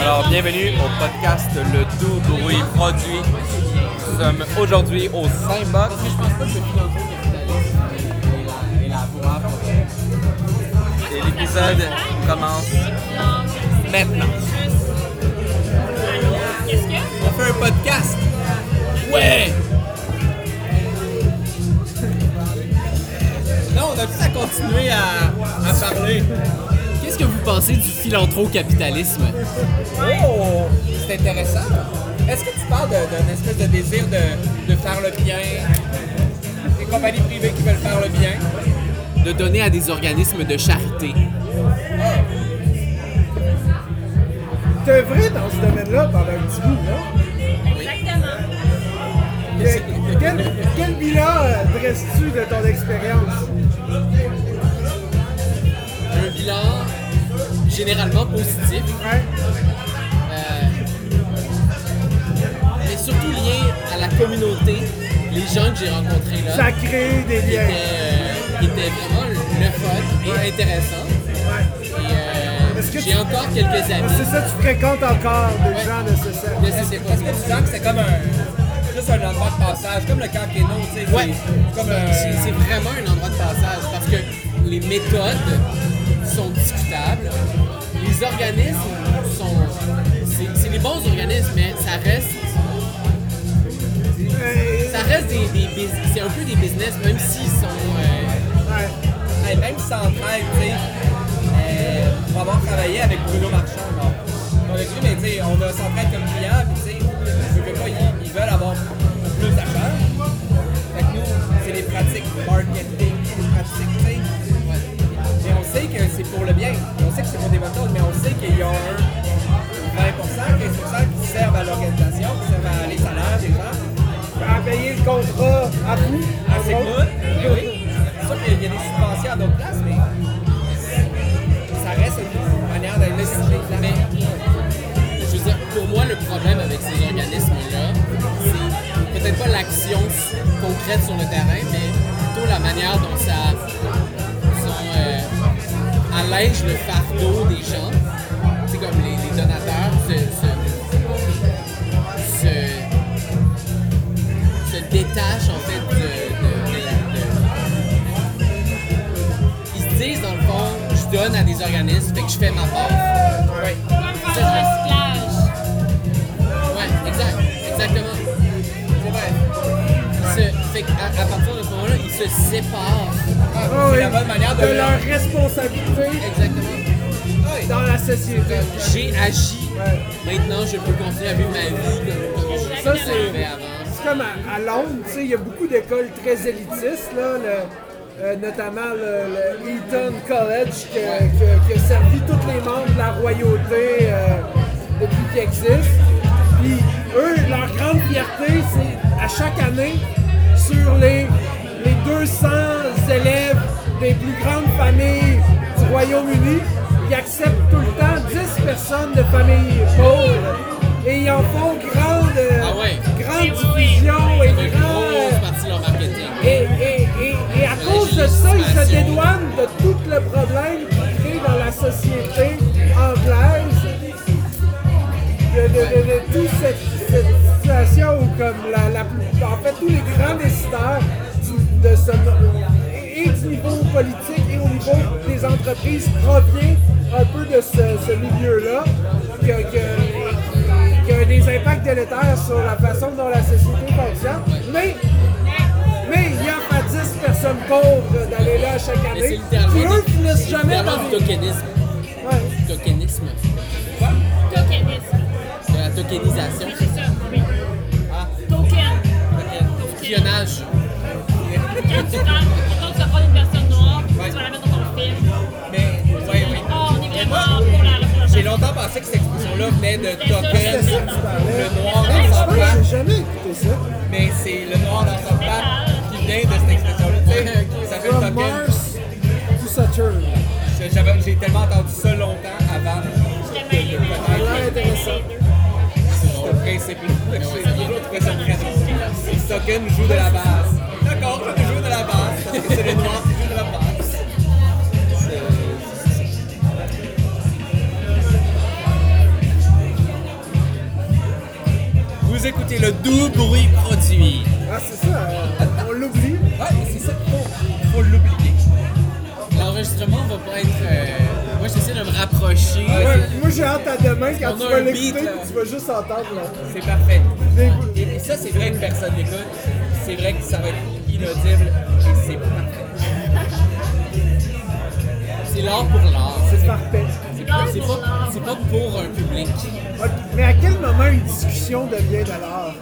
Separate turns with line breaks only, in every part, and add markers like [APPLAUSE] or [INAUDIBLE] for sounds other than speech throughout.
Alors, bienvenue au podcast Le Tout Bruit Produit. Nous sommes aujourd'hui au Saint-Box. Et l'épisode commence maintenant.
Qu'est-ce que?
On fait un podcast! Ouais! Non, on a plus à continuer à, à parler.
Qu'est-ce que vous pensez du philanthro-capitalisme?
Oh! C'est intéressant. Est-ce que tu parles de- d'un espèce de désir de, de faire le bien? Des compagnies privées qui veulent faire le bien?
De donner à des organismes de charité.
T'es vrai dans ce domaine-là pendant un petit bout, là.
Exactement.
Mais quel, quel bilan euh, dresses-tu de ton expérience?
Un bilan généralement positif,
Hein?
euh, mais surtout lié à la communauté, les gens que j'ai rencontrés là,
Ça a créé des
qui étaient,
liens.
euh, qui étaient vraiment le fun et intéressant.
Ouais.
Et, euh,
Est-ce que
j'ai
tu-
encore quelques
C'est
amis.
ça, tu fréquentes encore des gens de ce cercle.
Je sais c'est quoi.
Est-ce que tu sens que c'est comme un. juste un endroit de passage, comme le Cancéno, tu sais? c'est
Ouais.
Comme euh, un.
C'est c'est vraiment un endroit de passage parce que les méthodes sont discutables. Les organismes sont. c'est- C'est des bons organismes, mais ça reste.
Euh,
Ça reste des. des bus- c'est un peu des business, même s'ils sont. euh,
ouais.
Hey, même sans traîne, tu sais, euh, pour avoir travaillé avec Bruno Marchand, genre, on a vu, mais tu sais, on a Centraide comme client, puis tu sais, je veux pas, ils, ils veulent avoir plus d'argent. Fait que nous, c'est les pratiques marketing, les pratiques, tu sais. Mais on sait que c'est pour le bien, on sait que c'est pour des bonnes choses, mais on sait qu'il y a un 20%, 15% qui servent à l'organisation, qui servent à les salaires des gens.
À payer le contrat à vous.
Ah, c'est cool. Mais oui. C'est sûr qu'il y a des subventions à d'autres places, mais ça reste une manière d'aller sur les places.
mais. Je veux dire, pour moi, le problème avec ces organismes-là, c'est peut-être pas l'action concrète sur le terrain, mais plutôt la manière dont ça. sont, euh, allège le fardeau des gens. C'est comme les, les donateurs se, se, se- se détachent en fait de, de- de- de- Ils se disent dans le fond, je donne à des organismes, fait que je fais ma part. Ouais.
Comme faire du recyclage.
Ouais, exact, exactement. Ouais. Se- fait qu'à à partir de ce moment-là, ils se séparent.
Ah,
Ah oui.
c'est la bonne manière de,
de leur responsabilité
Exactement.
dans la société.
J'ai agi.
Ouais.
Maintenant, je peux continuer à vivre ma vie comme, comme je
Ça,
l'avais
c'est
avant.
c'est comme à, à Londres, tu sais, il y a beaucoup d'écoles très élitistes, là, le- euh, notamment le, le Eton College que- que- qui a servi tous les membres de la royauté euh, depuis qu'il existe. Puis eux, leur grande fierté, c'est à chaque année, sur les, les 200 élèves des plus grandes familles du Royaume-Uni, ils acceptent tout le temps 10 personnes de familles pauvres et ils en font grande. euh,
Ah ouais.
grande diffusion et
Une
grand.
grosse partie de leur marketing.
Et, et, et, et à cause de ça, ils se dédouanent de tout le problème qui crée dans la société anglaise. De, de, de- de toute cette, cette situation où, comme la, la- en fait, tous les grands décideurs du- de ce, et du niveau politique et au niveau des entreprises provient un peu de ce, ce milieu-là, que- que- qui a des impacts délétères sur la façon dont la société fonctionne. Mais mais il y a pas 10 personnes pauvres d'aller là chaque
Mais c'est
année. Puis
littéralement,
eux finissent
c'est
jamais
littéralement
dans
du
des...
tokenisme.
Ouais.
Du tokenisme.
Tokenisme.
De la tokenisation.
Oui, c'est ça. Oui.
Ah,
Token. Token.
espionnage.
Quand tu prends, quand tu prends une personne noire, tu vas la mettre dans ton film.
Mais, ouais, oui.
Oh, on est vraiment pour la reproche.
J'ai longtemps pensé que cette expression-là venait de
C'est ça
Token,
que tu
parlais.
le noir dans son
Ouais,
pape,
J'ai jamais écouté ça.
mais c'est le noir dans son pape qui vient de cette expression-là, tu sais.
[LAUGHS]
Ça fait
From
Token.
Mars to Saturn.
Je- j'avais- J'ai tellement entendu ça longtemps avant
J'étais mêlée, mais j'étais mêlée des deux.
ce principe-là. J'ai toujours trouvé ça très drôle. Token joue de la basse. D'accord, je joue de la basse, parce que c'est le noir qui joue de la basse. C'est-
écoutez le doux bruit produit.
Ah, c'est ça, euh, on l'oublie.
Ouais, mais c'est ça qu'il faut, faut l'oublier.
L'enregistrement va pas être. euh, Moi, j'essaie de me rapprocher.
Ah
Ouais, moi, j'ai hâte à demain quand
On
tu
a
vas
un beat,
l'écouter
là.
puis tu vas juste entendre. là.
C'est parfait.
Des-
Et, et ça, c'est vrai que personne n'écoute. C'est vrai que ça va être inaudible. Et c'est parfait.
C'est l'art pour l'art.
C'est parfait.
C'est grave
C'est
pour
pas,
l'art.
c'est pas pour un public.
Ok, Mais à quel moment une discussion devient de l'art?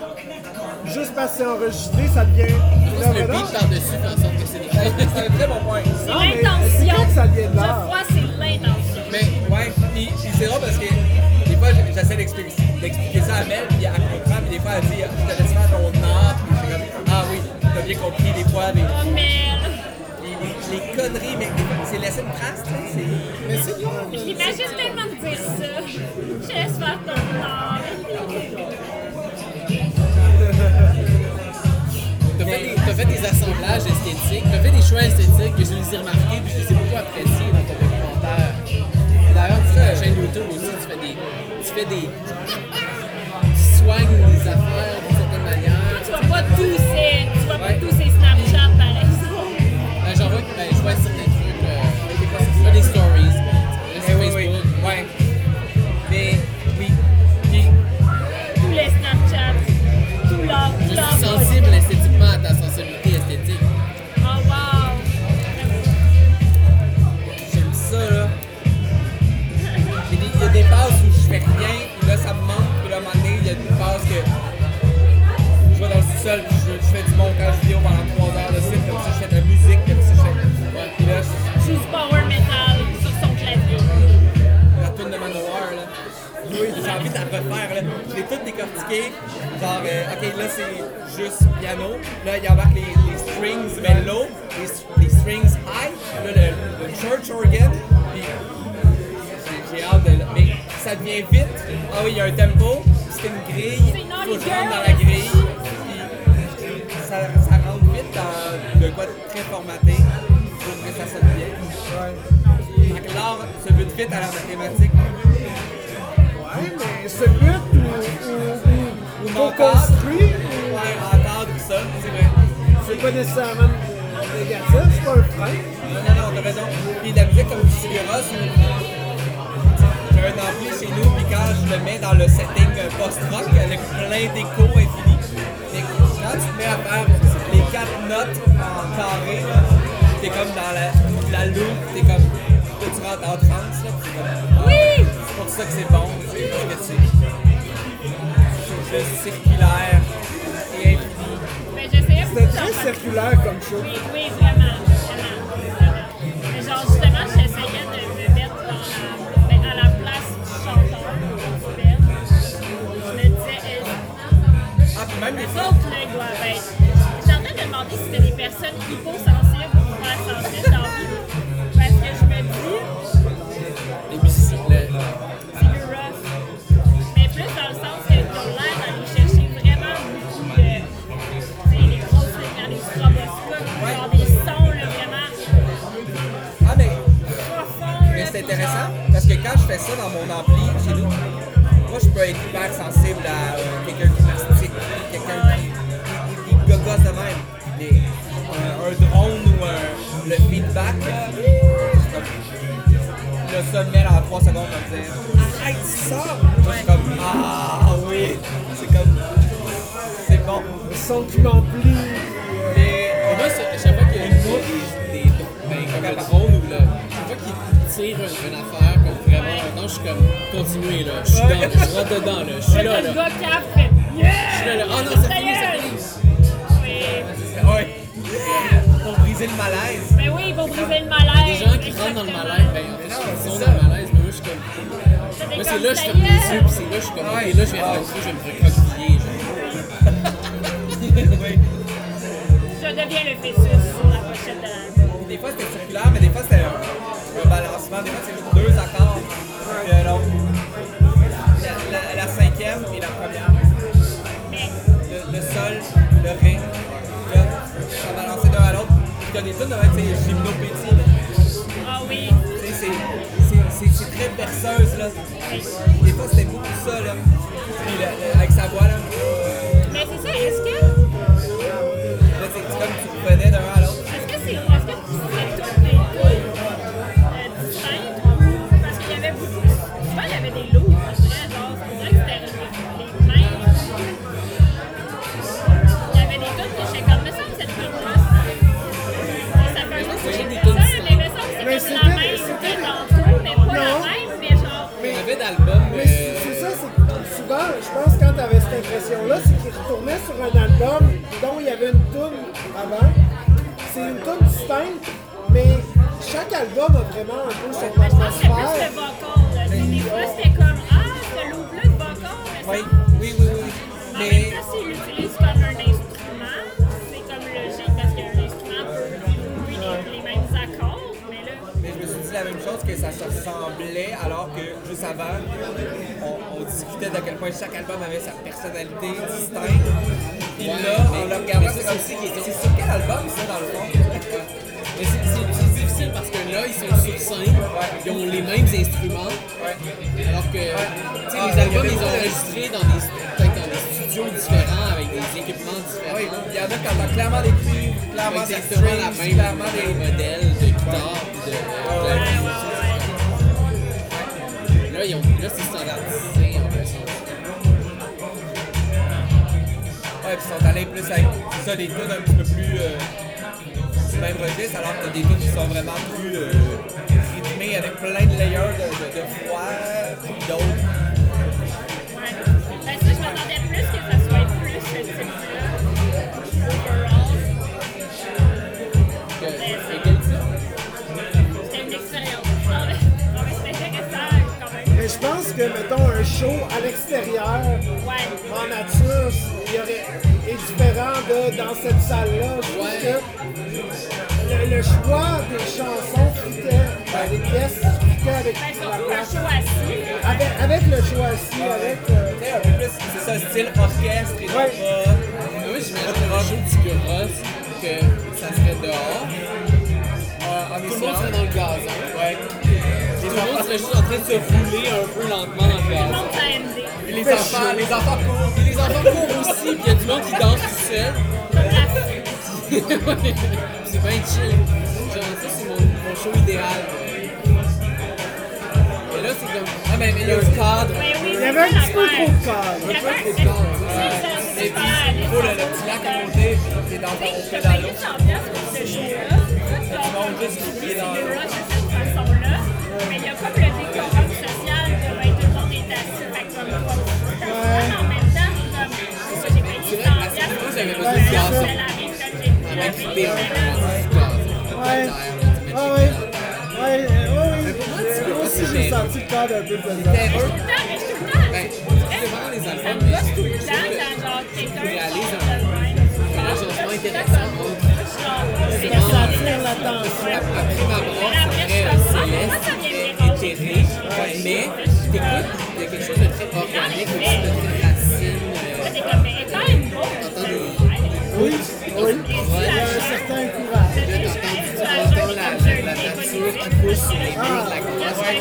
Juste parce que c'est enregistré, ça devient une
Juste
œuvre
le
d'art?
beat par-dessus fait en sorte que c'est des
[LAUGHS] C'est un très bon point.
C'est
mais
l'intention.
c'est quand que ça vient de
Je
l'art?
crois que c'est l'intention.
Mais ouais, puis, puis c'est drôle parce que des fois j'ai- j'essaie d'expliquer d'expliquer ça à Mel, puis elle comprend, puis des fois elle dit ah, je te laisse faire ton art, puis je suis comme ah oui, t'as bien compris des fois des,
Oh, mais
les, les- les conneries, mais c'est laisser une trace, tu sais, c'est-
Mais c'est bon.
je l'imagine tellement de dire ça. Je laisse faire ton art.
T'as fait, des- t'as fait des assemblages esthétiques, t'as fait des choix esthétiques que je les ai remarqués puis je les ai beaucoup appréciés dans ton documentaire. D'ailleurs, tu fais la chaîne YouTube aussi, tu fais des. Tu fais des. Tu soignes les affaires d'une certaine manière.
Tu vois pas tous ces, tu vois pas tous ces Snapchat par exemple.
Ben, J'en vois que ben, je vois certains trucs. Euh, des fois, tu fais des stories. ben,
Eh
Sur
oui, oui,
Facebook.
ouais. Mais oui, puis
Tous les Snapchat, tout l'art,
Je
tout l'art.
suis sensible esthétiquement à ta sensibilité esthétique.
Oh wow.
j'aime ça là. J'ai des- Il y a des passes où je fais rien, puis là ça me manque, puis là à un moment donné, il y a des passes que je vais dans le sous-sol, puis je, je fais du montage vidéo pendant 3 heures de suite, comme ça je fais de la musique, comme ça je fais. Ouais, puis là, je-
Joue du power metal sur son clavier.
la toune de Manowar, là. Oui, j'ai envie de la refaire, là. Je l'ai toute décortiquée. Genre, euh, OK, là, c'est juste piano. Là, il embarque les, les strings mellow, les, les strings high. Là, le, le church organ. Puis, j'ai- j'ai hâte de... le- Mais ça devient vite. Ah oui, il y a un tempo. C'est une grille.
C'est
Faut que je
Naughty
rentre dans
Girl.
la grille. Puis, ça, ça rentre vite dans de quoi de très formaté pour que ça sonne bien. Fait que l'art se bute vite à la mathématique.
Ouais, mais ce but ou, ou, ou, ou qu'on construit,
Ouais, en cadre, tout ça, c'est vrai.
c'est pas nécessairement négatif, c'est pas un frein.
Non, non, non, t'as raison. Puis la musique, comme tu diras, c'est. J'ai un ampli chez nous, puis quand je le mets dans le setting euh, post-rock, avec plein d'écho infini. Mais quand tu te mets à faire les quatre notes en carré, là, t'es comme dans la, la loupe, t'es comme. Là, tu rentres en transe, là, puis t'es comme.
Oui!
C'est pour ça que c'est bon, tu sais, parce que c'est. C'est juste circulaire et infini.
Mais j'essayais
C'est
beaucoup
très
d'en faire.
circulaire comme show.
Oui, oui, vraiment, vraiment, vraiment. Mais genre, justement, j'essayais de me mettre dans la, ben, à la place du chanteur, du band. Je me disais, euh,
Ah, puis même les
eux
fois,
autres, là, ils doivent être. ben, J'étais en train de demander si c'était des personnes hyposensibles ou hypersensibles dans la vie. Parce que je me dis,
Les musiciens. le-
c'est plus rough. Mais plus dans le sens que ils ont l'air d'aller chercher vraiment beaucoup de. tu sais, les grosses lignes, les stroboscopes, genre des sons, là, vraiment.
ah, mais,
profond,
mais
là,
c'est
puis
intéressant
genre-
parce que quand je fais ça dans mon ampli chez nous, moi je peux être hyper sensible à euh, quelqu'un qui mastique, quelqu'un qui, qui, qui gogosse de même. Mais euh, un drone ou un- le feedback, là, c'est comme- le sommet en 3 secondes va me dire Arrête, sors! Moi je suis comme Ah oui! C'est comme. C'est bon. [LAUGHS]
Le son qui m'emplit.
Mais
Et moi, c'est- à chaque fois qu'il y a une boucle, des, ben, comme le drone ou le. Chaque fois qu'il tire une, une affaire, comme vraiment, maintenant, je suis comme, continuez là, je suis dans, là, je rentre dedans là, je suis
Fait
là
que
là.
le gars qui a fait
Je suis
Yeah!
là, là. Oh non, ça
Ta
finit, ça
gueule!
finit.
Oui.
ouais, pour briser le malaise. [LAUGHS]
Mais Ben oui, pour briser le
Les
malaise.
gens qui rentrent dans le malaise, ben, en fait, ils sont dans le malaise, mais moi, je suis comme. Moi, c'est là, je ferme les yeux, puis c'est là, je suis comme,
Ah ouais.
et là, je vais faire ça, je vais me recoquiller, genre.
Oui.
Je deviens le fœtus sur la pochette de l'album.
Des fois c'était circulaire, mais des fois c'était un, un balancement. Des fois c'est juste deux accords de long. La, la- la cinquième et la première.
Mais
Le, le sol, le ré, là, ça balançait d'un à l'autre. Puis t'as des tunes de même, c'est gymnopédie. là.
ah oui,
Tu sais, c'est- c'est- c'est- C'est très berceuse là. Des fois c'était beaucoup ça là. Puis le- le- avec sa voix là.
Euh, avait des loups. On dirait, genre, on dirait que c'était les mêmes. Il y avait des tunes que j'étais comme, mais ça, cette tune-là, c'est- ça fait un bout que j'ai écouté ça, mais me semble que
Mais
c'est comme la
c'était-
même
c'était-
que tantôt, mais pas la
Non.
même, mais genre,
Il y avait d'albums. euh,
Mais c'est c'est ça, c'est souvent, je pense, quand tu avais cette impression-là, c'est qu'ils retournaient sur un album dont il y avait une toune avant. C'est une toune distincte, mais chaque album a vraiment un peu son
mais je pense que c'était plus
atmosphère.
le vocal. là. Des fois, c'était comme, ah, ce loup-là, le vocal, mais
Oui,
ça,
oui, oui, oui.
En même
Mais
temps, s'il l'utilise comme un instrument, c'est comme logique parce qu'un instrument peut jouer les, les mêmes accords, mais là,
Mais je me suis dit la même chose que ça se ressemblait alors que juste avant, on, on discutait de quel point chaque album avait sa personnalité distincte. Puis
Ouais,
là, en
mais-
le regardant,
mais
c'est
c'est
comme si c'est sur quel album ça dans le fond?
mais c'est- c'est c'est difficile parce que là, ils sont sur scène, ils ont les mêmes instruments. Alors que tu sais,
Ah, il
les
y avait
albums, ils ont
beaucoup de-
enregistrés dans des, peut-être dans des studios différents, avec des équipements différents.
Ah Oui, il y en a qui ont clairement des cuivres, clairement des
exactement la
strings,
même
clairement des.
modèle de guitare. puis de- de-
ouais, ouais, ouais.
Là, ils ont, là, c'est standardisé en fait.
Ouais, puis ils sont allés plus avec ça, des tunes un petit peu plus. euh, du même registre, alors que des tunes qui sont vraiment plus euh, rythmées avec plein de layers de, de, de froid, puis d'autres.
ouais. Ben ça, je m'attendais plus que ça soit plus ce type-là. Overall,
Que, c'est quel type?
c'était une expérience. Non, mais- non, mais c'était intéressant quand même.
Mais je pense que, mettons, un show à l'extérieur,
Ouais.
en nature, il y aurait, est différent de dans cette salle-là. Je trouve
Ouais.
que le, le choix des chansons fitait, des pièces fitait avec
Ben
la
surtout un
place.
show assis, là.
Avec, avec le choix assis, avec... euh,
Tu sais, un peu plus, c'est ça, style orchestre et tout
Ouais.
ça.
Moi, Ah j'imagine un show du Ross que ça serait dehors.
Euh, En
Tout le monde serait dans le gazon.
Ouais.
Tout le monde serait juste en train de se rouler un peu lentement dans le
Tout le
gazon.
monde s'est aimé.
Et les enfants, les enfants courent.
Puis les enfants courent aussi, puis il y a du monde qui danse tout [LAUGHS] seul. Puis c'est bien chill. Genre, ça, c'est mon, mon show idéal. Mais là, c'est comme. Ah, mais mais il y a un cadre.
Ben oui,
Il y avait un petit peu trop de
Il
cadre.
y avait un
peu
petit
trop de cadre.
Et puis, oh, le, le petit lac à côté, c'est dans
Tu sais, je
ton pédalo.
te payais 100 piastres pour ce show-là. Tu vas avoir
Ils vont juste
cette
crier dans l'eau.
figure-là de cette façon-là. Mais il y a comme le décorum social de ben, tout le monde est assis, fait que comme quoi. En même temps, comme, c'est ça, j'ai payé 100
à ce moment-là, j'avais
piastres.
besoin de
Ben, là,
gazon.
c'est la rive quand j'ai pris la
Avec
rive,
des
mais là,
Ouais. Ah ouais. Ouais, euh, ouais, oui. Moi aussi, j'ai senti le cadre un peu
C'était
pesant.
heureux.
tout le temps, mais je suis tout le temps,
Ben,
tu
c'est
sais,
vraiment les
ça
albums,
me gosse tout
mais
le temps quand, genre, quelqu'un
réalises
chante
un-
de même.
un agencement intéressant entre-
Je suis là comme, c'est
Sentir l'attention.
Après ma mort, c'est très euh, céleste, euh, éthéré, mais t'écoutes, il y a quelque chose de très organique, quelque chose de très racine. euh,
C'est comme, mais elle est quand même beau. Ouais.
Oui, oui.
Et
Il y a un certain courage.
euh,
tu as- tu as-
T'entends t'entends la, la, la nature qui pousse sur les murs de la grosse.
Ouais.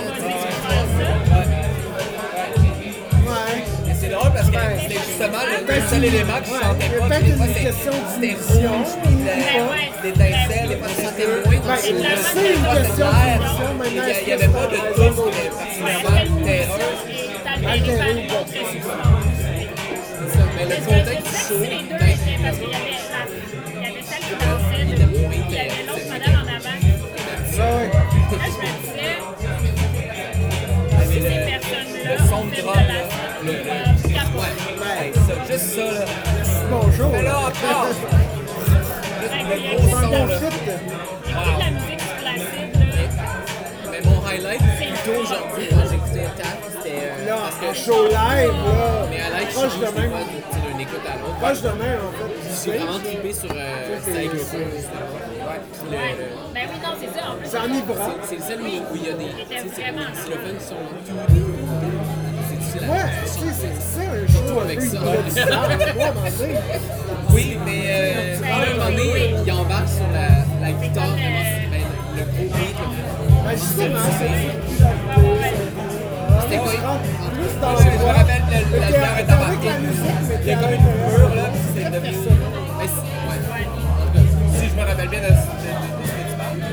Mais c'est drôle parce que c'était justement le, le seul élément qui
Ouais.
chantait
Il y
pas.
a
Puis Des
peut-être
fois,
une
c'était
question
c'était
d'immersion.
rouge, puis de-
Ouais.
d'étincelles, des fois, c'était moins
Ben,
dans
c'est
le
une
vert.
question
Des fois, c'était
d'immersion.
vert. Il y
Maintenant,
a-
est-ce
Il n'y avait
que
pas de
ça va
tout qui était particulièrement
être-
euh,
terreux.
Mais le contexte du show, peut-être,
Ouais.
Le son de drop, là, le- ouais, ça, juste ça, là.
Bonjour.
Mais là encore, le gros son, là.
de la musique classique, là.
mais Ben, mon highlight, plutôt aujourd'hui, quand j'écoutais Tap, c'était. euh,
Là,
parce
en
que
show live, là,
Mais à l'aide, je
proche
change
de
des
même.
fois de- tu sais, d'un écoute à l'autre.
Proche de même, en fait.
J'ai vraiment trippé sur euh, Psycho, justement. Ouais, puis le- le-
Ouais. Ben oui, non, c'est ça. En plus,
C'est enivrant.
C'est le seul où où il y a des tu sais, c'est comme des xylophones qui sont tout doux. C'est difficile à
Ouais, tu sais, c'est c'est un show avec
avec
ça.
ça.
Oui, mais euh,
À un moment donné, il embarque sur la, la guitare, vraiment, c'est- ben, le gros beat. là.
Justement, c'est
C'était quoi?
plus dans
Je me
voix.
rappelle, le-
Mais
la
t'es-
lumière est
t'es avec
embarquée.
la musique,
il y
mais
a
t'es
comme
avec,
une
euh,
coupure, là, puis c'est devenu...
Ben, c'est- ouais.
Si je me rappelle bien de de- de- de ce que tu parles.
Ben,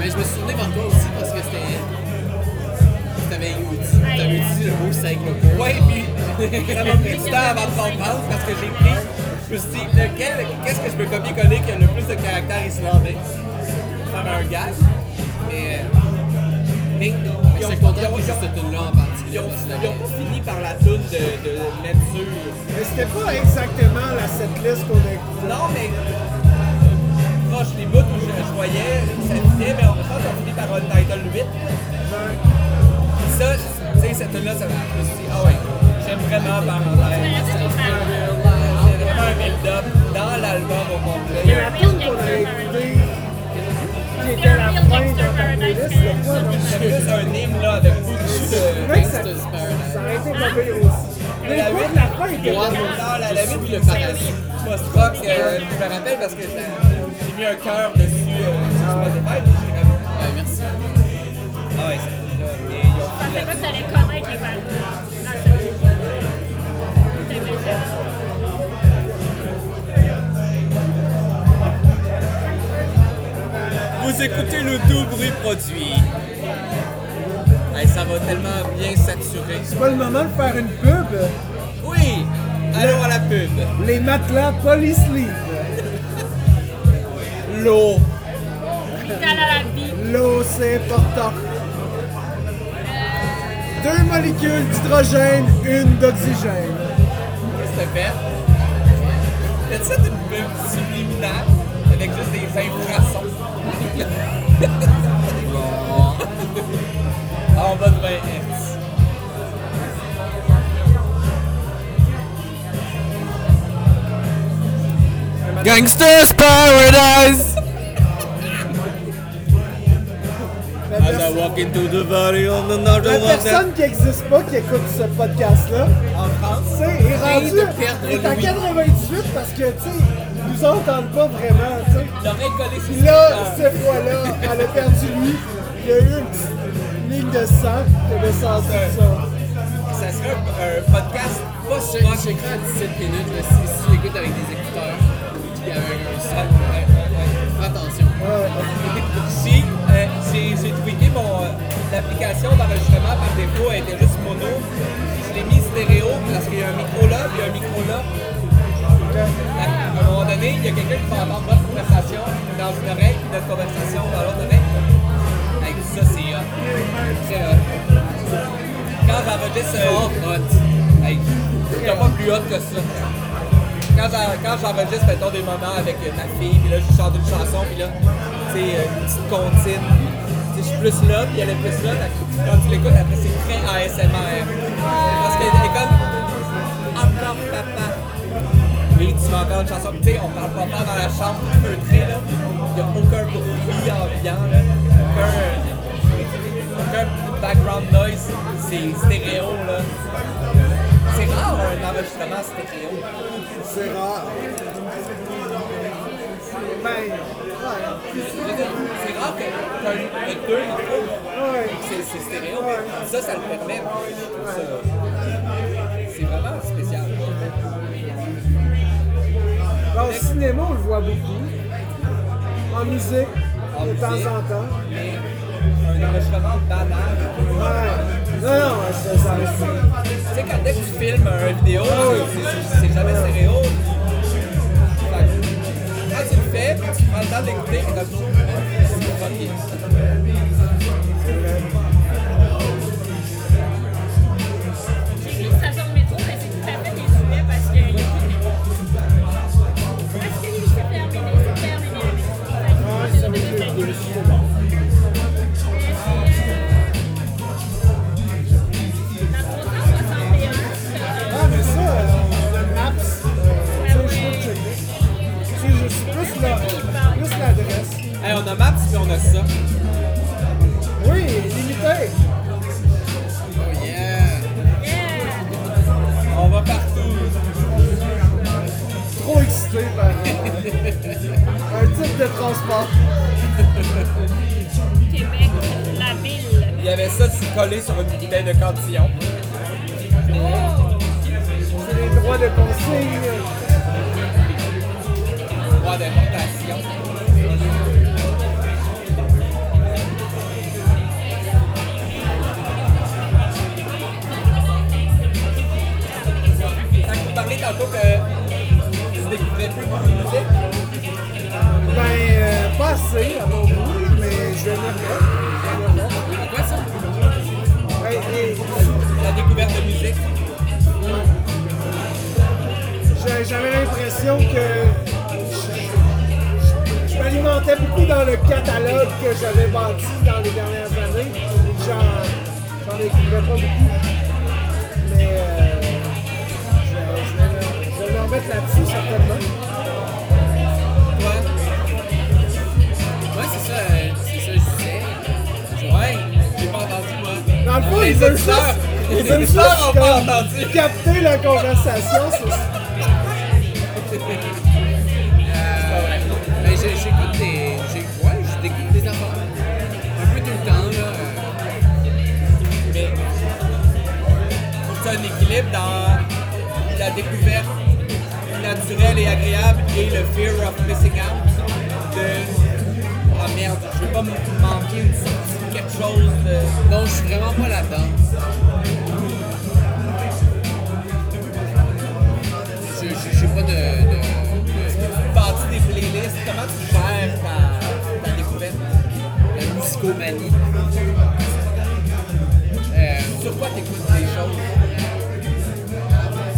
Mais je me suis tourné vers toi aussi parce que c'était. C'était t'avais outil, t'avais utilisé le mot cyclopeur.
Ouais, puis ça m'a pris du temps avant de comprendre parce que j'ai pris. Je me suis dit, lequel, qu'est-ce que je peux copier-coller qui a le plus de caractère islandais Faire un gag. Mais. Mais. ils
Je
ont-
suis
ils ont-
content que
ils ont-
cette tune-là en particulier.
Ils ont ils
personnellement.
ont pas fini par la toune de, de là-dessus.
Mais c'était pas exactement la setlist qu'on a écoutée.
Non, mais. Proche les bouts où je, je voyais, ça fitait, mais on je pense qu'on finit par un title 8. Puis ça, tu sais, cette tune-là, ça m'a. Je me suis dit, ah ouais, j'aime vraiment parenthèse. C'est vraiment un build-up dans l'album au
Il y
complet.
a un
Tout
real
qu'on a
gangster
écouté, qui était la fin de ta
paradise.
playlist, le quoi, donc,
C'est plus un hymne là, de beaucoup de.
mec, ça,
Gangster's Paradise.
ça aurait été pas pire aussi. Les coups de la fin étaient
Moi,
bons.
Dans la, la vie
je suis
de
le
le
paradis.
post-rock, euh, je me rappelle parce que j'ai j'ai mis un cœur dessus euh, sur Spotify. puis j'ai comme,
Euh, Merci.
Ah ouais, c'est là. Et ils ont
Je
pris
pensais
la-
pas que t'allais connaître les paroles. Ah, c'est vrai. T'es méchant.
Vous écoutez le tout bruit produit. Hey, ça va tellement bien saturer.
C'est pas le moment de faire une pub.
Oui! Allons à la pub.
Les matelas Police League.
L'eau.
Vital à la vie.
L'eau, c'est important. Deux molécules d'hydrogène, une d'oxygène.
Qu'est-ce que t'as fait? T'as-tu fait une pub subliminale avec juste des infrasons? [LAUGHS] en bas de 20 Hz.
Gangster's Paradise!
La,
As
pers-
I walk into the valley on the northern
la
of that-
personne qui n'existe pas, qui écoute ce podcast-là,
En France?
tu sais, est
de
rendue
perdre
est à
Louis.
98 parce que, tu sais, nous entendent pas vraiment, tu sais.
J'aurais collé
Puis
sur
Là,
c'est...
cette fois-là, elle a perdu lui. Il y a eu une petite ligne de sang, de sens de ça.
Ça serait un, un podcast pas
Je
souvent.
je crois à 17 minutes, là, si, si tu écoutes avec des écouteurs, puis avec un son, fais attention.
Si euh, j'ai j'ai tweaké mon euh, l'application d'enregistrement par défaut, elle était juste mono. Je l'ai mis stéréo parce qu'il y a un micro là, puis un micro là. À un moment donné, il y a quelqu'un qui va entendre votre conversation dans une oreille, puis notre conversation dans l'autre oreille. Hey, ça, c'est hot. C'est hot. Quand j'enregistre...
Fort hot.
Hey, t'as pas plus hot que ça. Quand j'en- Quand j'enregistre, mettons, des moments avec euh, ma fille, puis là, je chante une chanson, puis là, tu sais, euh, une petite comptine. Tu sais, Je suis plus là, puis elle est plus là. Quand tu l'écoutes, après, c'est très ASMR. Parce qu'elle est comme... Encore papa. Oui, tu vas entendre une chanson. Tu sais, on parle pas mal dans la chambre, feutrée, là. Il n'y a aucun bruit ambiant, là. Aucun, aucun background noise. C'est stéréo, là. C'est rare, un enregistrement stéréo.
C'est rare. Ben, ouais.
Je veux dire, C'est rare que t'as un- un- deux micros,
Ouais.
c'est c'est stéréo, mais ça, ça le permet. Ça, C'est vraiment spécial.
Ben, au cinéma, on le voit beaucoup. En musique,
En
de temps
musique.
en temps.
Mais un enregistrement banal,
Ouais. Non, non, ouais, c'est ça. c'est-
Tu sais, quand dès que tu filmes une vidéo,
Ah
c'est- c'est jamais stéréo. Fait que Quand tu le fais, puis tu prends le temps d'écouter, t'es comme Ah, c'est pas bien.
J'ai vu une station de métro, mais c'est tout à fait des jouets parce qu'il y a plus de métro. Parce que c'est terminé, c'est terminé. C'est terminé. C'est terminé.
Ah, mais ça, euh, Maps, euh, tu sais, je peux checker. Tu sais, je suis plus la- plus l'adresse.
Hey, on a Maps puis on a ça.
Oui, limité.
Oh yeah!
On va partout.
Trop excité par euh, un type de transport.
Québec, la ville.
Il y avait ça c'est collé sur une bouteille de cantillon.
C'est les droits de euh, consigne.
Droit d'importation. tantôt que tu découvrais plus beaucoup de musique.
Ben, euh, pas assez à mon goût, mais je vais le remettre. Je vais le remettre.
Pourquoi ça?
Ben, et
La découverte de musique.
j'a- J'avais l'impression que je- je, je m'alimentais beaucoup dans le catalogue que j'avais bâti dans les dernières années. J'en- J'en découvrais pas beaucoup. Mais euh, je, je vais, le- je vais le remettre là-dessus certainement.
Ouais.
Ouais, c'est ça, euh, c'est ça, je disais.
Ouais. J'ai pas entendu, moi.
Dans le fond,
Les
ils veulent
auditeurs-
juste,
les
ils veulent
auditeurs
juste
ont pas
comme
entendu.
capter la conversation. c'est-
Euh, ben, j'ai- j'écoute des. j'ai- Ouais, je découvre des affaires. Un peu tout le temps, là. euh,
Mais faut que tu aies un équilibre dans la découverte naturelle et agréable et le fear of missing out de ah merde, je vais pas me manquer une sortie, quelque chose de.
Non, je suis vraiment pas là-dedans. Je- Je je sais pas de. de, de
Tu bâtis des playlists, comment tu gères ta, ta découverte?
la musicomanie. Euh,
Sur quoi t'écoutes des choses?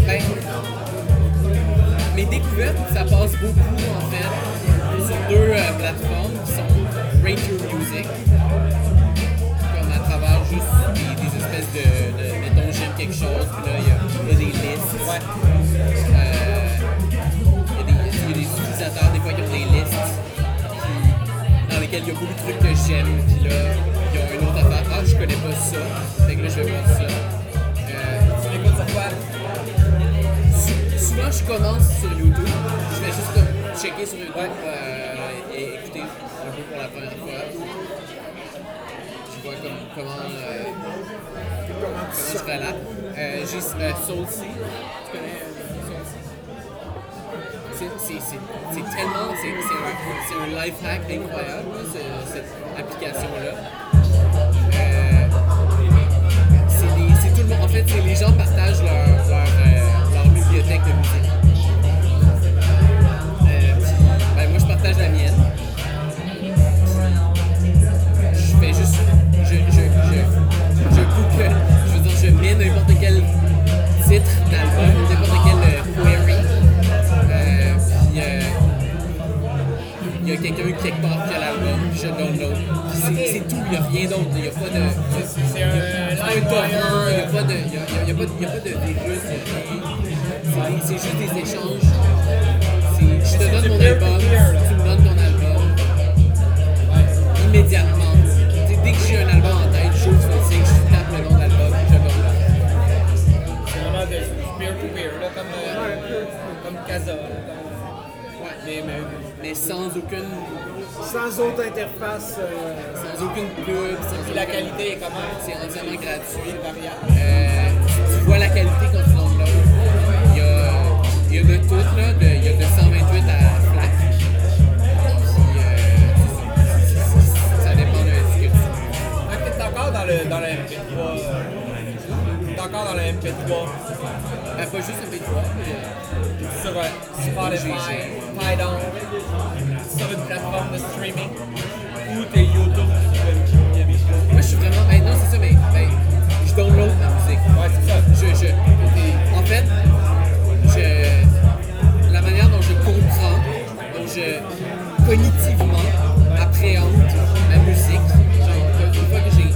ben, mes découvertes, ça passe beaucoup en fait sur deux euh, plateformes qui sont Ranger Music, comme à travers juste des, des espèces de, de- mettons j'aime quelque chose, puis là il y a- il y, a des listes. Euh, Il y, a des- il y a des utilisateurs des fois qui ont des listes qui- dans lesquelles il y a beaucoup de trucs que j'aime, puis là ils ont une autre affaire, ah je connais pas ça, fait que là je vais voir ça. Euh,
Tu l'écoutes sur quoi?
Souvent, je commence sur YouTube. Je vais juste comme, checker sur YouTube euh, et écouter un peu pour la première fois. Je vois comme, comment, euh, comment je relate. Euh, J'ai euh, Soulsy. Tu connais euh, Soulsy? C'est- c'est- C'est c'est tellement. C'est c'est un, c'est un life hack incroyable, là, ce- cette application-là. Euh, c'est les- c'est tout le monde. En fait, c'est les gens partagent leur, leur, euh, leur bibliothèque de musique. Euh, puis, ben, moi, je partage la mienne. Je fais juste. Je, je, je, je coupe. euh, Je veux dire, je mets n'importe quel titre d'album, n'importe quelle euh, query. Euh, puis, euh, il y a quelqu'un quelque part qui a l'album, puis je download. Puis c'est- C'est tout, il n'y a rien d'autre. Il n'y a pas de. C'est un live Il n'y a pas de il y a- il y a pas de- il y a pas de virus, il y a rien. C'est c'est juste des échanges. C'est- Je te donne mon
peer to
album,
peer, là.
tu me donnes ton album. Immédiatement. Tu sais, dès que j'ai un album en tête, je ouvre le signe, je tape le nom de l'album, je download.
C'est vraiment de du peer to peer, là, comme, euh, comme Casa. là, comme-
Ouais, mais, mais, mais sans aucune.
Sans autre interface. euh,
Sans aucune pub, sans
Puis la
aucune-
qualité est comment?
C'est entièrement gratuit.
C'est variable.
Euh, tu vois la qualité quand tu l'enveloppes. Il y a, il y a de tout, là, de, il y a de 128 à flat. Puis, euh, ça dépend de ce que tu veux.
Ah, t'es encore dans le, dans le MP3. euh, T'es encore dans le MP3.
Ben, pas juste le B3, mais
Sur euh, Spotify,
GG.
Tidal, sur une plateforme de streaming. Ou t'es YouTube. euh,
moi, je suis vraiment. Ben, non, c'est ça, mais ben, je download ma musique.
Ouais, c'est ça.
Je, je, en fait, je, la manière dont je comprends, dont je cognitivement appréhende ma musique, genre, une fois que j'ai,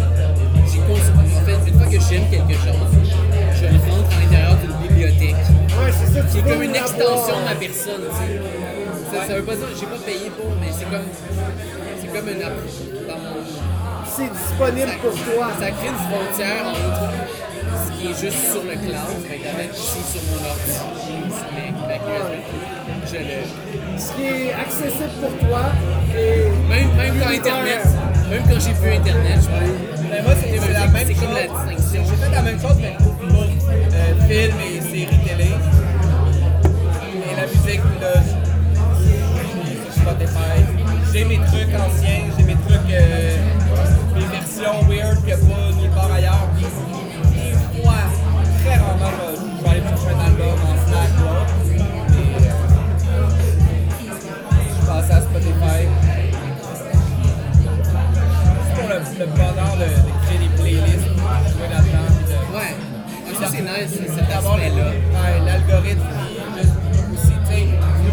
j'ai consommé, en fait, une fois que j'aime quelque chose, je le rentre à l'intérieur d'une bibliothèque.
Ouais, c'est ça, tu
C'est
veux
comme une
l'avoir.
extension de ma personne, tu sais. Ça, ça veut pas dire que j'ai pas payé pour, mais c'est comme, c'est comme une appro- dans mon-
C'est disponible pour toi.
ça crée une frontière entre ce qui est juste sur le cloud, fait que avec ici sur mon ordi, sur mes- ma USB, je le.
Ce qui est accessible pour toi. Et
Même, même quand Internet, même quand j'ai plus Internet, je peux.
Mais moi, c'est c'est la même
C'est
chose.
comme la distinction.
J'ai fait la même chose, mais pour euh, films et séries télé. Et la musique, là, je- sur Spotify. J'ai mes trucs anciens, j'ai mes trucs, euh, mes versions weird qu'il n'y a pas nulle part ailleurs. Moi, très rarement, je vais- je vais aller chercher un album en Slack ou autre. euh,
ouais, Ah, c'est cet
d'avoir les-
aspect-là.
ouais, l'algorithme puis juste aussi, tu sais,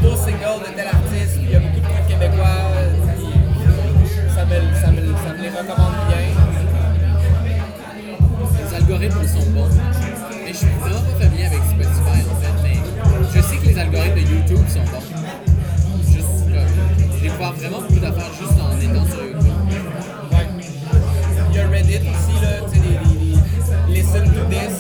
nouveau single de tel artiste, il y a beaucoup de trucs québécois, puis ça me, ça, me, ça me les recommande bien.
Les algorithmes sont bons. Mais je suis vraiment pas familier avec Spotify en fait. Mais je sais que les algorithmes de YouTube sont bons. Juste comme. J'ai découvert vraiment beaucoup d'affaires juste en étant sur YouTube.
Ouais. Il y a Reddit aussi, là, tu sais, les, les, les Listen to This.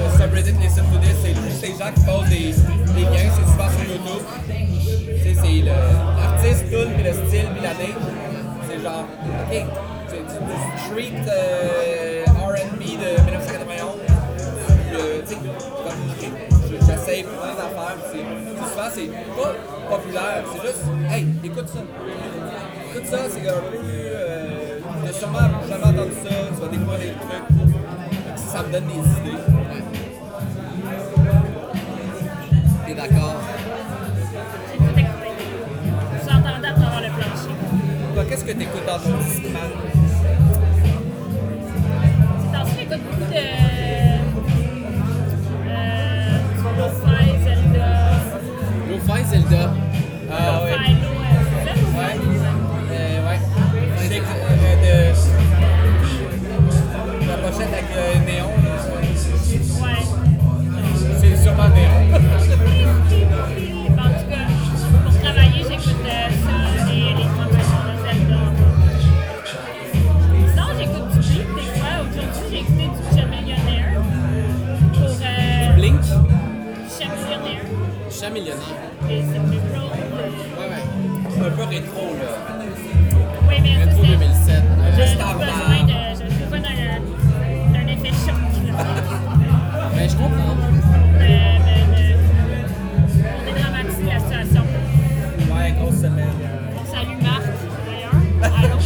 Le subreddit Listen to This, c'est juste des gens qui posent des, des gains, c'est souvent sur YouTube. Tu sais, c'est le- l'artiste, tout, puis le style, puis la date. C'est genre, ok, c'est du, du street euh, RB de 1991. Euh, tu sais, comme, je- j'essaie plein d'affaires, puis c'est- c'est souvent, c'est pas populaire, c'est juste, hey, écoute ça. Tout ça, c'est un peu. Euh, J'ai sûrement jamais entendu ça, tu vas découvrir des trucs. Ça me donne des idées.
T'es d'accord?
J'ai tout écouté. J'entendais à travers le plancher.
Toi, qu'est-ce que t'écoutes dans ton Discman?
C'est ensuite, j'écoute beaucoup de. Euh, du Lo-Fi, Zelda,
Lo-Fi Zelda.
Ah ouais.
Philo, euh, c'est ça, Lo-Fi?
Ouais. Euh, ouais. J'écoute, euh, de- La pochette avec le néon, là.
Ouais.
C'est sûrement néon.
En tout cas, pour travailler, j'écoute euh, ça et les compositions de Zelda. Sinon, j'écoute du Blink des fois. Aujourd'hui, j'ai écouté du Chat Millionnaire pour euh,
Blink.
Chat Millionnaire
Chat millionnaire.
et c'est plus drôle. euh,
Ouais, ouais.
C'est un peu rétro, là.
Oui, mais ça,
Retro
c'est.
2007.
J'ai
Juste
besoin
avant.
de- J'ai besoin d'un d'un effet choc. là.
Mais Ben, je comprends.
De- de- de- On dédramatise la situation.
Ouais, grosse semaine.
On salue Marc, d'ailleurs. Allô?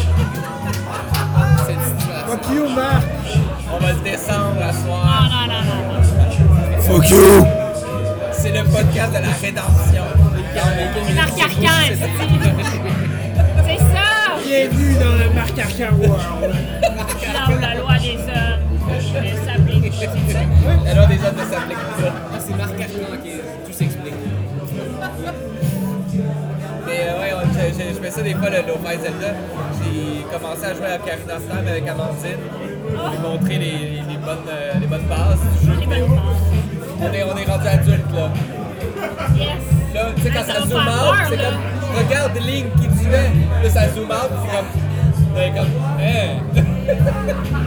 Cette situation.
Fuck you, Marc.
On va se descendre à
Non,
soir.
non, non, non, non.
Fuck you!
C'est le podcast de la rédemption.
C'est Marc Arcan, est-ce que- c'est ça!
Bienvenue dans le Marc Arcan World.
Non, la loi des hommes, elle s'applique. C'est ça?
Elle a déjà de s'appeler comme ça.
Ah, c'est Marc Arcan qui tout s'explique.
Mais euh, ouais, on- je, je- je fais ça des fois, le Lopez Zelda. J'ai commencé à jouer à Carina Stam avec Amandine. J'ai montré les, les- les bonnes, euh, les bonnes bases du jeu
Oh. Les
vidéo.
bonnes bases.
On est, on est rendu adulte là.
Yes!
Là, tu sais, quand
Ah,
ça,
ça va
zoom
faire
out,
peur,
c'est
là.
comme, regarde Link qui tuait. Là, ça zoom out, c'est comme, ouais, comme, hein.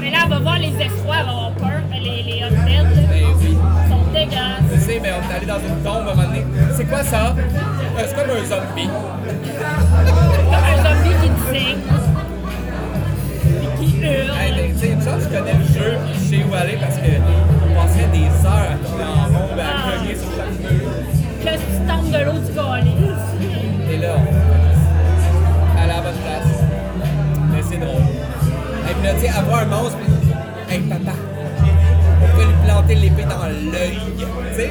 Mais là, on va voir les effrois, on va avoir peur. Les, les hommes
Mais oui.
sont dégueulasses.
Tu sais, mais on est allé dans une tombe à un moment donné. C'est quoi ça? Euh, C'est comme un zombie.
Comme un zombie qui disait. Qui hurle.
Hey, ben, tu sais, une chance que je connais le jeu et je sais où aller parce que on passerait des heures à tourner en rond et à cogner sur chaque mur.
Là, si tu tombes de l'eau, tu [LAUGHS] calices.
Et là, on- à la bonne place. Mais c'est drôle. Et puis là, tu sais, avoir un monstre, puis, hey papa, on peut lui planter l'épée dans l'œil. Tu sais,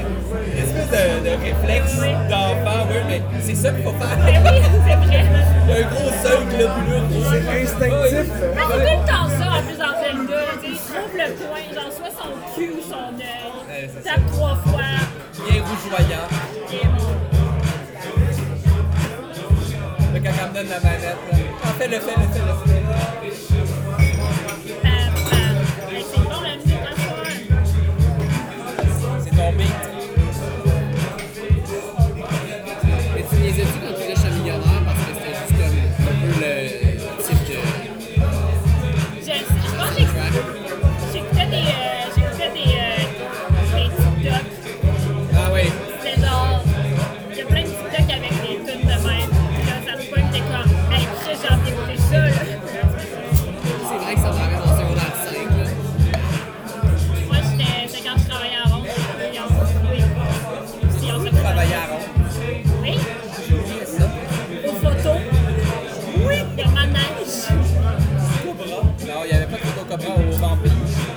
une espèce de, de réflexe d'enfant, oui, mais c'est ça qu'il faut
Mais
faire.
Ben oui, c'est
Il
vrai.
y a un gros seuil globuleux. gros.
C'est instinctif.
Mais c'est tout le temps ça, en plus, dans Zelda. Tu sais, trouve le point, genre, soit son cul ou son
Ouais,
œil.
c'est
Tape trois fois.
Bien rougeoyant.
Et bon.
Là, quand elle me donne la manette, là, en fait, le fait, le fait, le fait.
Pam, pam. Mais c'est bon, la musique, hein, ça.
C'est tombé.
Mais tu niaisais-tu quand tu disais Chat millionnaire parce que c'était juste comme un peu le type de
Je- Je pense que j'ai-
track?
j'écoutais des. euh, J'écoutais des. euh, Des TikToks.
Ah oui.
C'est genre, il y a plein de TikTok avec des tunes de même. Puis Là, ça se pointe, t'es comme, hey, Chris, j'ai envie d'écouter ça, là.
C'est vrai que ça me ramène en secondaire 5. Là.
Moi, j'étais, c'est quand je travaillais à Ronde, puis on, oui. Puis on se
Travailler à rond.
Oui,
J'ai oublié ça.
aux photos. Oui, il y a ma neige.
Cobra. Non, il n'y avait pas de cobra au vampire.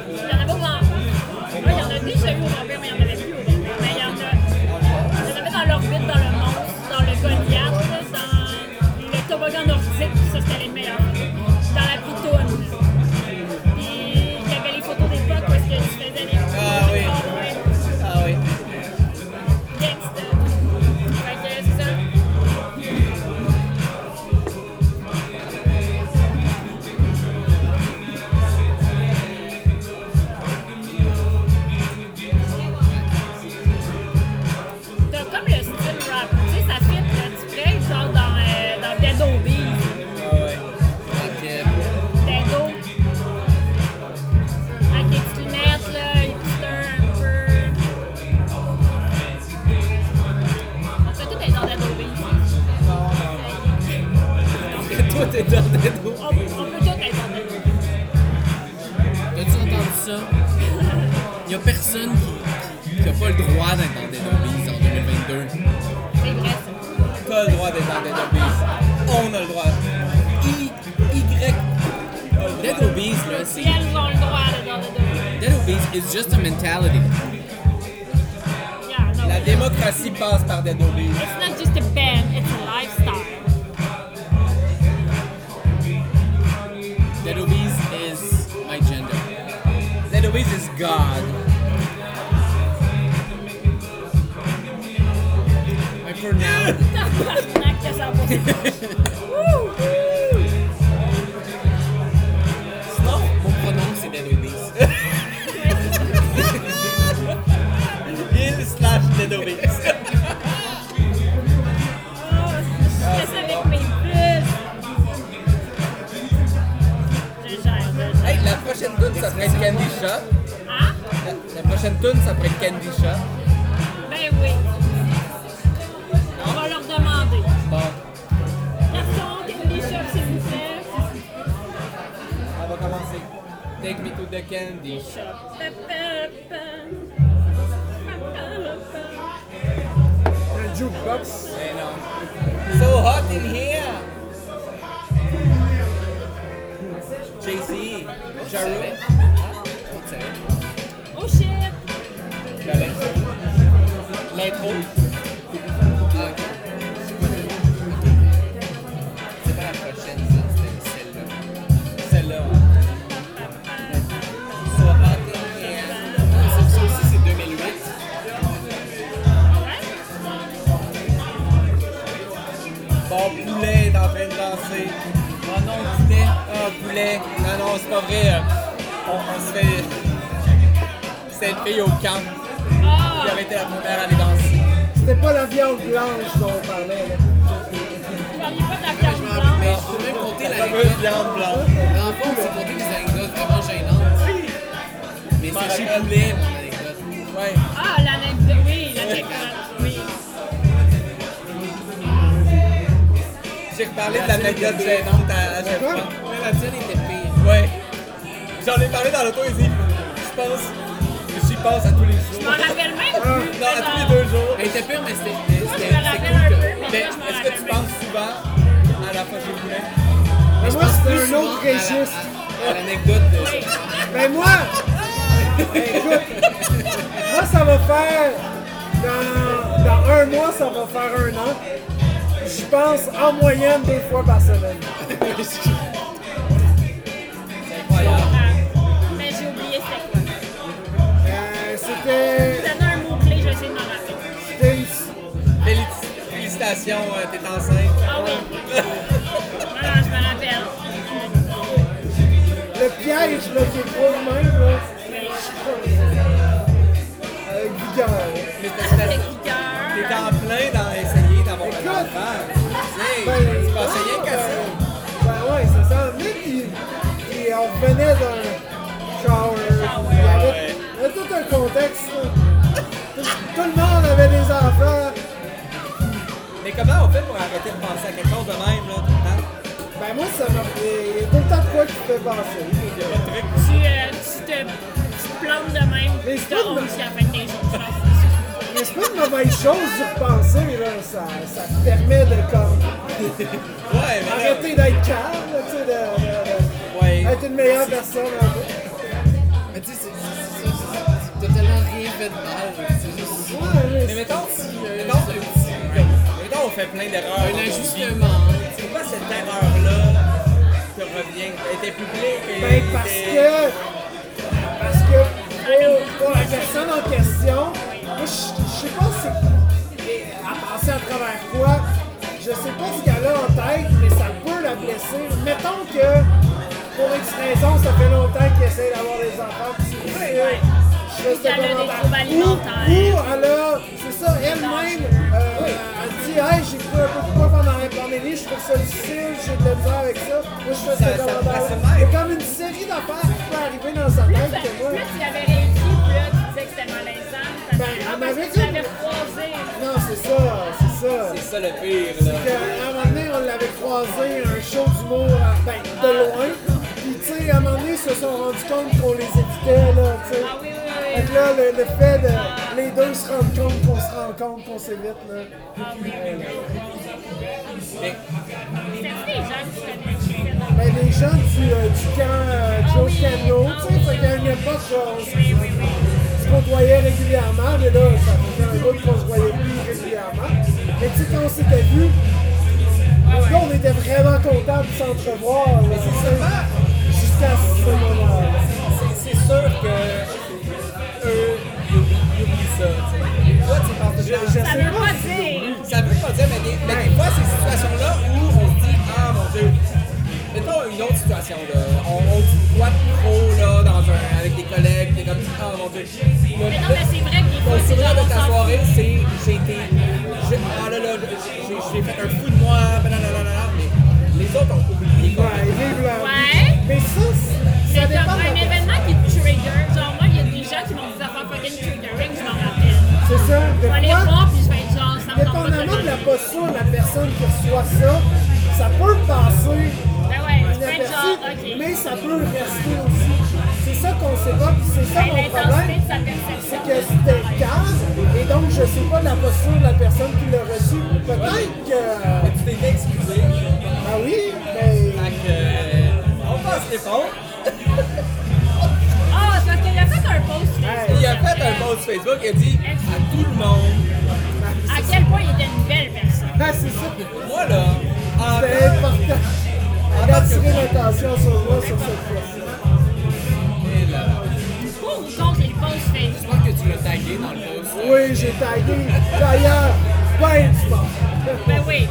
Il y en a pas au vampire. Moi, il y en a déjà eu au vampire, mais il n'y en avait plus au vampire. Mais il y en a. Il y en avait dans l'orbite, dans le monstre, dans le Goliath, là, dans le toboggan nordique, ça c'était les meilleurs. Dans la pitoune. Puis il y avait les photos d'époque où est-ce que tu faisais les
Ah oui.
Ah, ouais.
qui n'a pas le droit d'être dans des lobbies en 2022.
C'est vrai, ça.
T'as le droit d'être dans des lobbies. On a le droit. I, Y, a le
Dead
droit.
Obies, là, c'est.
Puis elles ont le droit de dans le deux.
Dead Obies is just a mentality.
Yeah, no.
La démocratie passe par des lobbies.
It's not just a band, it's a lifestyle.
Dead Obies is my gender.
Dead Obies is God.
My pronoun.
Tabarnak que ça va. Woo!
Sinon, mon pronom, c'est Dead Obies.
Il slash Dead Obies.
Je fais avec mes plus. Je gère, je gère.
Hey, la prochaine tune, ça serait Candy Shop.
Hein?
La, la prochaine tune, ça pourrait être Candy Shop.
Ben oui. On va leur demander.
Bon,
Garçon, Candy Shop, s'il vous plaît.
on va commencer. Take me to the candy shop.
Pa, pa, pa. Pa, pa, pa.
Un jukebox.
Mais non. So hot in here. JC, Jarou.
Oh shit!
L'intro.
Ah, ok. C'est pas la prochaine, ça, c'est celle-là.
Celle-là. So hot in here.
Ah, ça, ça aussi, c'est 2008.
Bon, poulet est en train de danser. Oh non, poulet. Oh, poulet. Non, non, c'est pas vrai. On, on se fait. C'est une fille au camp
Ah!
qui avait été la première à les danser.
C'était pas la viande blanche dont on parlait. là.
Vous parliez pas de la viande blanche?
Mais je peux même compter
La
l'anecdote.
fameuse viande blanche.
Dans le fond, c'est compter des anecdotes vraiment gênantes. Mais c'est chez Poulet, mon anecdote.
Ouais.
Ah, l'anecdote, oui, l'anecdote, oui.
J'ai reparlé de l'anecdote gênante à, à chaque fois.
Mais la tienne était pire.
Ouais. J'en ai parlé dans l'auto, il dit, je pense, j'y pense à tous les
Je
jours.
m'en rappelle même plus.
Non, à tous les deux jours.
Elle était pire, mais c'était c'était-
Moi, je
c'était
me rappelle un
cool que-
peu, mais
Mais
là, je m'en
est-ce
rappelle
que tu
même
penses souvent à la fois chez poulet?
Mais moi, c'était
plus
un
souvent
autre
à la-
registre.
à- à L'anecdote de.
plus.
Mais moi, [LAUGHS] écoute, moi ça va faire, dans, dans un mois, ça va faire un an. Je pense en moyenne deux fois par semaine.
C'est
Oui,
incroyable.
euh, Mais j'ai oublié c'était quoi.
Euh, c'était
Vous avez un mot-clé, je vais essayer de m'en rappeler.
c'était une-
Félici- Félicitations, euh, t'es enceinte.
Ah
[LAUGHS]
oui. Non, non, je me rappelle.
le piège là, qui est gros de même, là, Euh,
Oui.
avec vigueur. là.
Mais t'es- t'es-
Avec
t'es
Vigueur.
en plein dans essayer d'avoir un
Écoute.
enfant. Tu sais,
Ben,
tu pensais rien qu'à ça.
Ben ouais, c'est ça. Mais puis, puis on venait d'un shower. puis Il y avait, il y avait tout un contexte. là. Tout, tout le monde avait des enfants.
Mais comment on fait pour arrêter de penser à quelque chose de même, là, tout le temps?
Ben moi, ça m'a. Il y a tout le temps de quoi qui peut passer.
Il y a pas de truc.
Tu, euh, tu te tu te plantes de même,
Mais
tu te
c'est pas-
ronges jusqu'à la fin de tes jours, je pense.
Mais c'est pas une mauvaise chose d'y repenser, là. Ça, ça te permet de comme,
Ouais, mais là,
arrêter d'être calme, là, tu sais, de, de-
ouais.
de- être une meilleure personne. un peu.
Mais tu sais, c'est- c'est- c'est- c'est- t'as tellement rien fait de mal. C'est juste.
Ouais,
Mais mettons,
euh,
mais
mettons,
c'est-
mettons, on fait plein d'erreurs.
Un ajustement.
C'est quoi cette erreur-là qui te revient? Elle était publique et.
ben, parce que. Parce que pour, pour la personne en question, moi, je je sais pas si. et À passer à travers quoi, je sais pas ce qu'elle a en tête, mais ça peut la blesser. Mettons que. Pour X raison, ça fait longtemps qu'elle essaie d'avoir des enfants. puis c'est difficile. Je fais ce
Qu'elle a des
commentaire.
troubles
Ou-
alimentaires.
ou alors, c'est ça, elle-même, euh, elle dit Hey, j'ai pris un peu de poids pendant la pandémie, je trouve ça difficile, j'ai de la misère avec ça. Moi, je fais
Ça- ça
ça dans
passe
ma
mal.
Il y a comme une série d'affaires qui peut arriver dans sa
Plus,
tête
ça-
que moi.
plus il avait réécrit, puis là, tu disais que c'était malaisant.
Ben,
ça- Ah,
on
parce
avait
que
dit-
tu l'avais recroisé.
Non, c'est ça, c'est ça.
C'est ça le pire, là.
Puis, euh, à un moment donné, on l'avait croisé à un show d'humour euh, ben, de loin. Puis, tu sais, à un moment donné, ils se sont rendus compte qu'on les évitait, là, tu sais.
Ah oui, oui, oui.
Fait que là, le, le fait de les deux se rendent compte qu'on se rend compte qu'on s'évite. Là.
Ah oui, oui, oui.
Mais-
C'est des gens qui connaissent qui étaient dans-
Ben, les gens du, euh, du camp euh,
Ah
Joe
oui.
Cano,
Ah
tu sais,
oui.
fait qu'à une époque, on se-
Oui, oui, oui.
se côtoyait régulièrement, mais là, ça faisait un bout qu'on se voyait plus régulièrement. Mais tu sais, quand on s'était vu, là, on était vraiment contents de s'entrevoir. là, tu sais, Jusqu'à ce moment-là.
C'est- C'est sûr que eux, ils oublient ils oublient ça. tu sais. Toi, tu penses
Je,
déjà
je sais
Ça veut
pas
pas
si-
dire.
Ça veut pas dire, mais des, mais des fois, ces situations-là où on se dit, ah mon Dieu, mettons une autre situation, là. On, on dit quoi de trop, là, dans un, avec des collègues, t'es comme, ah mon Dieu. Mon-
Mais non, mais c'est vrai que des fois,
Mon
c'est
souvenir
genre,
de ta
on s'en
soirée,
fout.
c'est, j'ai été, je- ah là là, j'ai- j'ai j'ai fait un fou de moi, ben non, non, non, non, non, mais les autres ont oublié.
Ouais,
complètement.
vive la-
Ouais.
Mais ça, c'est- ça
C'est
dépend.
comme
de la
un événement qui te trigger. Genre, moi, il y a des gens qui m'ont dit affaires fucking triggering, je m'en rappelle.
C'est ça.
Je vais
De
aller
quoi?
voir, puis je vais être genre, ça me tombe pas
Dépendamment de la
fucking.
posture de la personne qui reçoit ça, ça peut passer
Ben ouais, tu peux être
inaperçu,
genre, ok.
mais ça peut rester aussi. C'est ça qu'on sait pas, puis c'est ça mon
Ben, L'intensité
problème.
de sa
C'est
perception.
que c'était calme, et donc je sais pas de la posture de la personne qui l'a reçu. Peut-être que.
Tu t'es fait excuser,
Ah oui, mais.
fait que, euh, on passe les ponts.
Ah, c'est parce qu'il a fait un post Facebook.
Il a fait un post Facebook, il a dit à tout le monde,
À quel point il était une belle personne.
Ah, c'est ça,
moi là, en
c'est
tant
important.
tant que-
D'attirer l'attention sur moi sur cette fois
que là,
Pour ou contre les posts
Je
Facebook?
crois que tu l'as tagué dans le post.
Oui, j'ai tagué. D'ailleurs, ben du monde.
Ben oui.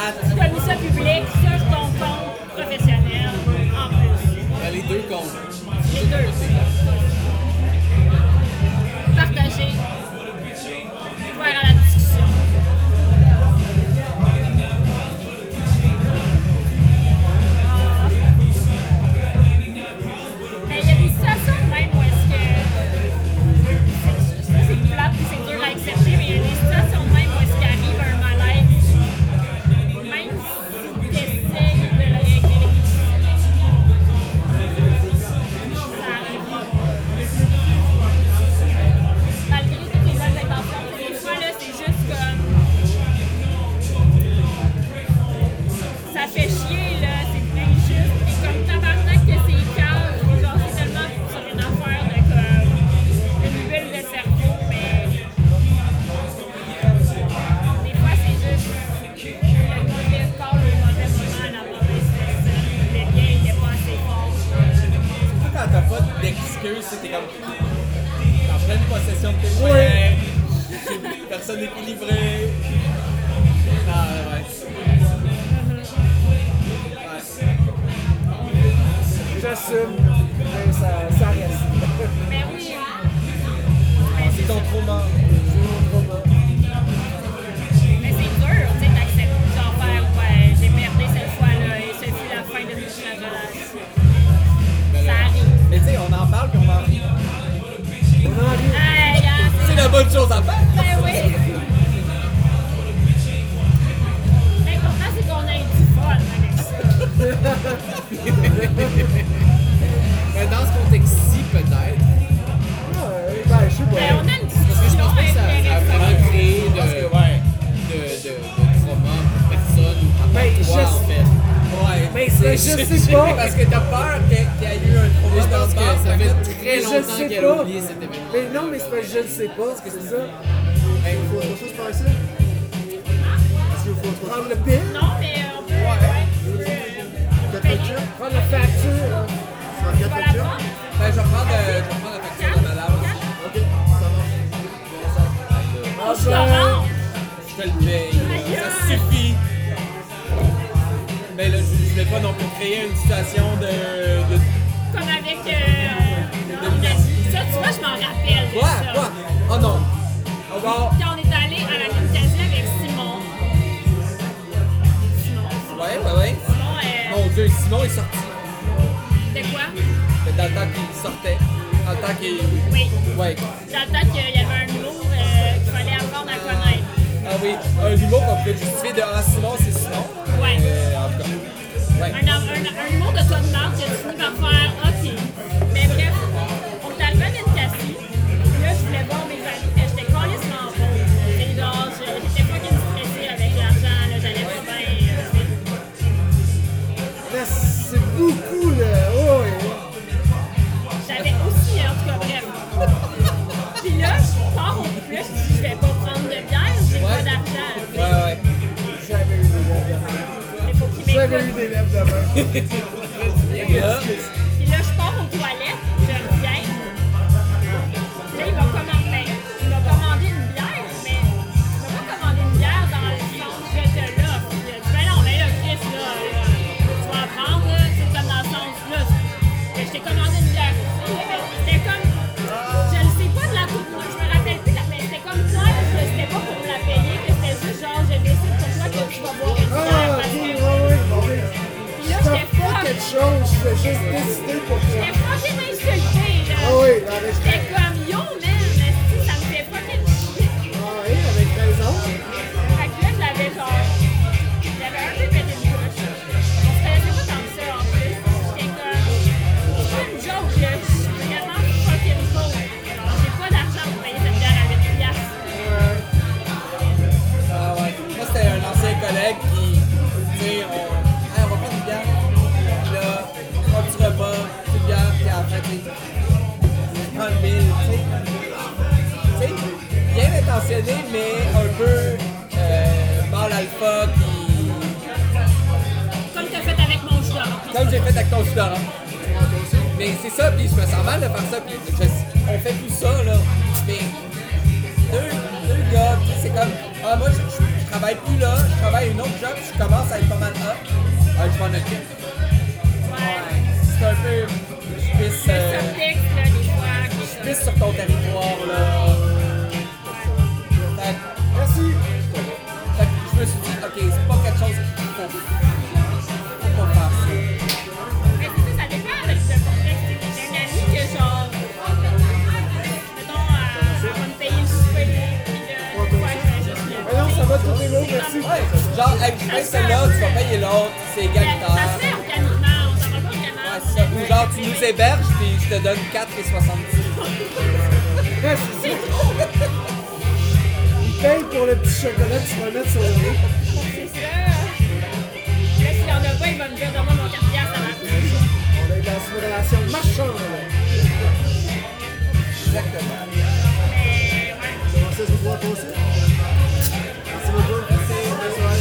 à
Tu as mis ça public sur ton compte professionnel en plus.
Ben, les deux comptes.
Les deux. Partager. Ouvert à la discussion. Mais il y a des situations de même où est-ce que. Ça, c'est plate puis c'est dur à accepter, mais il y a des situations de même où est-ce qu'il arrive un malaise. Même si tu essayes de le régler. euh, Malgré toutes les bonnes intentions, des fois, là, c'est juste comme. Ça fait chier, là, c'est bien juste. C'est comme tabarnak que c'est calme. Genre, c'est tellement sur une affaire de comme. une bulle de cerveau, mais. Des fois, c'est juste. Le mauvais corps, le mauvais moment, la mauvaise personne. Le bien, il n'est pas assez fort.
Surtout quand t'as pas d'excuses, c'est t'es comme en pleine possession de tes moyens, personne équilibrée. Ah ouais. Ouais.
[LAUGHS] J'assume, mais ça, ça reste.
Mais oui.
C'est ton trauma.
Mais c'est dur, tu sais, d'accepter d'en faire, ouais, j'ai merdé cette fois-là et ce fut la fin de toute la relation. Ça arrive.
Mais tu sais, on en parle puis on en rit.
On en rit.
Hey, hein,
C'est la bonne chose à faire.
c'est- ben oui. L'important, c'est qu'on ait du fun avec ça.
Mais Ben, dans ce contexte-ci, peut-être.
Ouais, ben, je sais pas.
Ben, on a une
Parce que je
discussion
pense pas que ça a
intéressante.
vraiment créé de,
Parce que,
de,
ouais.
de, de trauma pour personne ou pour
Ben,
toi,
je-
en fait.
Ouais.
Mais c'est- Ben, je sais
[LAUGHS]
pas.
Parce que t'as peur qu'il y ait- qu'il y ait eu un
Et
trauma
je
dans
pense
le
que
bar.
ça
fait
fait très
Mais je
longtemps
sais
qu'elle a
pas.
oublié cet événement.
Mais non, mais c'est parce que je ne sais pas, parce que c'est ça. Prendre le pire,
Non, mais euh, on peut, ouais, on peut, euh, on peut payer.
prendre la facture.
Tu vas la prendre?
que- Ben, je vais prendre euh, je vais prendre la facture de madame. Ah,
On
Ah,
se
Euh,
la rend.
Je te le paye. Ça suffit. Mais Ben là, je je voulais pas non plus créer une situation de. de-
Comme avec... euh, on a- Ça, tu vois, je m'en rappelle de
Quoi?
ça.
Quoi? Oh non! Au revoir!
Quand on est allé à la gymnasie avec Simon. Simon.
Ouais, ouais, ouais.
Simon, euh,
Mon dieu, Simon est sorti.
de quoi?
Mais Dans le temps qu'il sortait. Dans le temps qu'il.
Oui.
Ouais.
Dans le temps qu'il y avait un humour euh, qu'il fallait apprendre à connaître.
Ah oui, un humour qu'on peut justifier de Ah, Simon, c'est Simon.
Ouais.
Euh, en tout cas. Ouais.
Un, un, un humour de toi de marque que tu finis par faire OK. Mais bref, on est arrivé à Ninkasi. Puis Là, je voulais voir mes amis que je
ben,
euh,
Oh, demain.
Puis là, je pars aux toilettes, je reviens. Là, il m'a commandé, il m'a commandé une bière, mais il m'a pas commandé une bière dans le sens je te l'offre. Il a dit, ben non, mais là, Chris, là, là, tu vas en prendre, là, c'est comme dans le sens, là, que je t'ai commandé une bière. C'était comme, je le sais pas de la coupe, je me rappelle plus, de la- mais c'était comme quoi, que c'était pas pour me la payer, que c'était juste genre, je décide pour toi que tu vas boire une bière.
Ah,
parce
ok, ouais,
que-
ouais.
Puis là,
Je t'offre
j'étais
pas
fuck.
quelque chose, je fais juste décider pour toi.
J'étais fucking insultée, là.
Ah oui, dans les-
J'étais comme, yo, man, esti, ça me fait fucking shit.
Ah oui, avec raison.
Fait que là, j'avais genre, j'avais un peu pété une couche. On se connaissait pas tant que ça, en plus. J'étais comme, c'est pas une joke, là. Je suis vraiment fucking pauvre. Genre, j'ai pas d'argent pour payer cette bière avec une piastres.
Ah ouais. Moi, c'était un ancien collègue qui, tu sais, on, Hey, on va prendre une bière. Puis là, un petit repas, une petite bière, puis après, tu sais, on prend le mille, tu sais. Tu sais, bien intentionné, mais un peu euh, mâle alpha qui.
Comme t'as fait avec mon jus d'orange.
Comme j'ai fait avec ton sudorant. Mais c'est ça, puis je me sens mal de faire ça, puis je- on fait tout ça, là. Mais deux, deux gars, tu sais, c'est comme, ah, moi, je, je- je travaille plus là, je travaille une autre job, puis je commence à être pas mal up. Ah, je m'en occupe.
Ouais.
C'est un peu, je pisse,
Je
euh,
subtexte, là, des fois. qui
je
sont-
pisse sur ton territoire, là. Fait que-
Merci.
fait que je me suis dit, ok, c'est pas quelque chose qu'il faut, faut pas faire ça.
Mais c'est ça, ça dépend avec le contexte. J'ai une amie que genre, mettons, elle elle va me payer le souper, puis là, des fois, je vais juste le
Voyons, Ben ça va trouver l'eau, merci.
Ouais, genre, hey, tu payes celle-là, tu vas payer l'autre, c'est égalitaire.
Ça se fait organiquement, on s'en rend pas
Ouais,
vraiment.
c'est ça. Ou genre, tu nous héberges, puis je te donne 4,70.
Merci. Ben, Il paye pour le petit chocolat que tu vas mettre sur le riz.
C'est ça. Là, s'il y en a pas, il va me dire, donne-moi mon 4 piastres à la
On est dans une relation marchande. là.
Exactement.
Mais, ouais.
On sait se voir toi aussi. Merci beaucoup. Merci. Bonne soirée.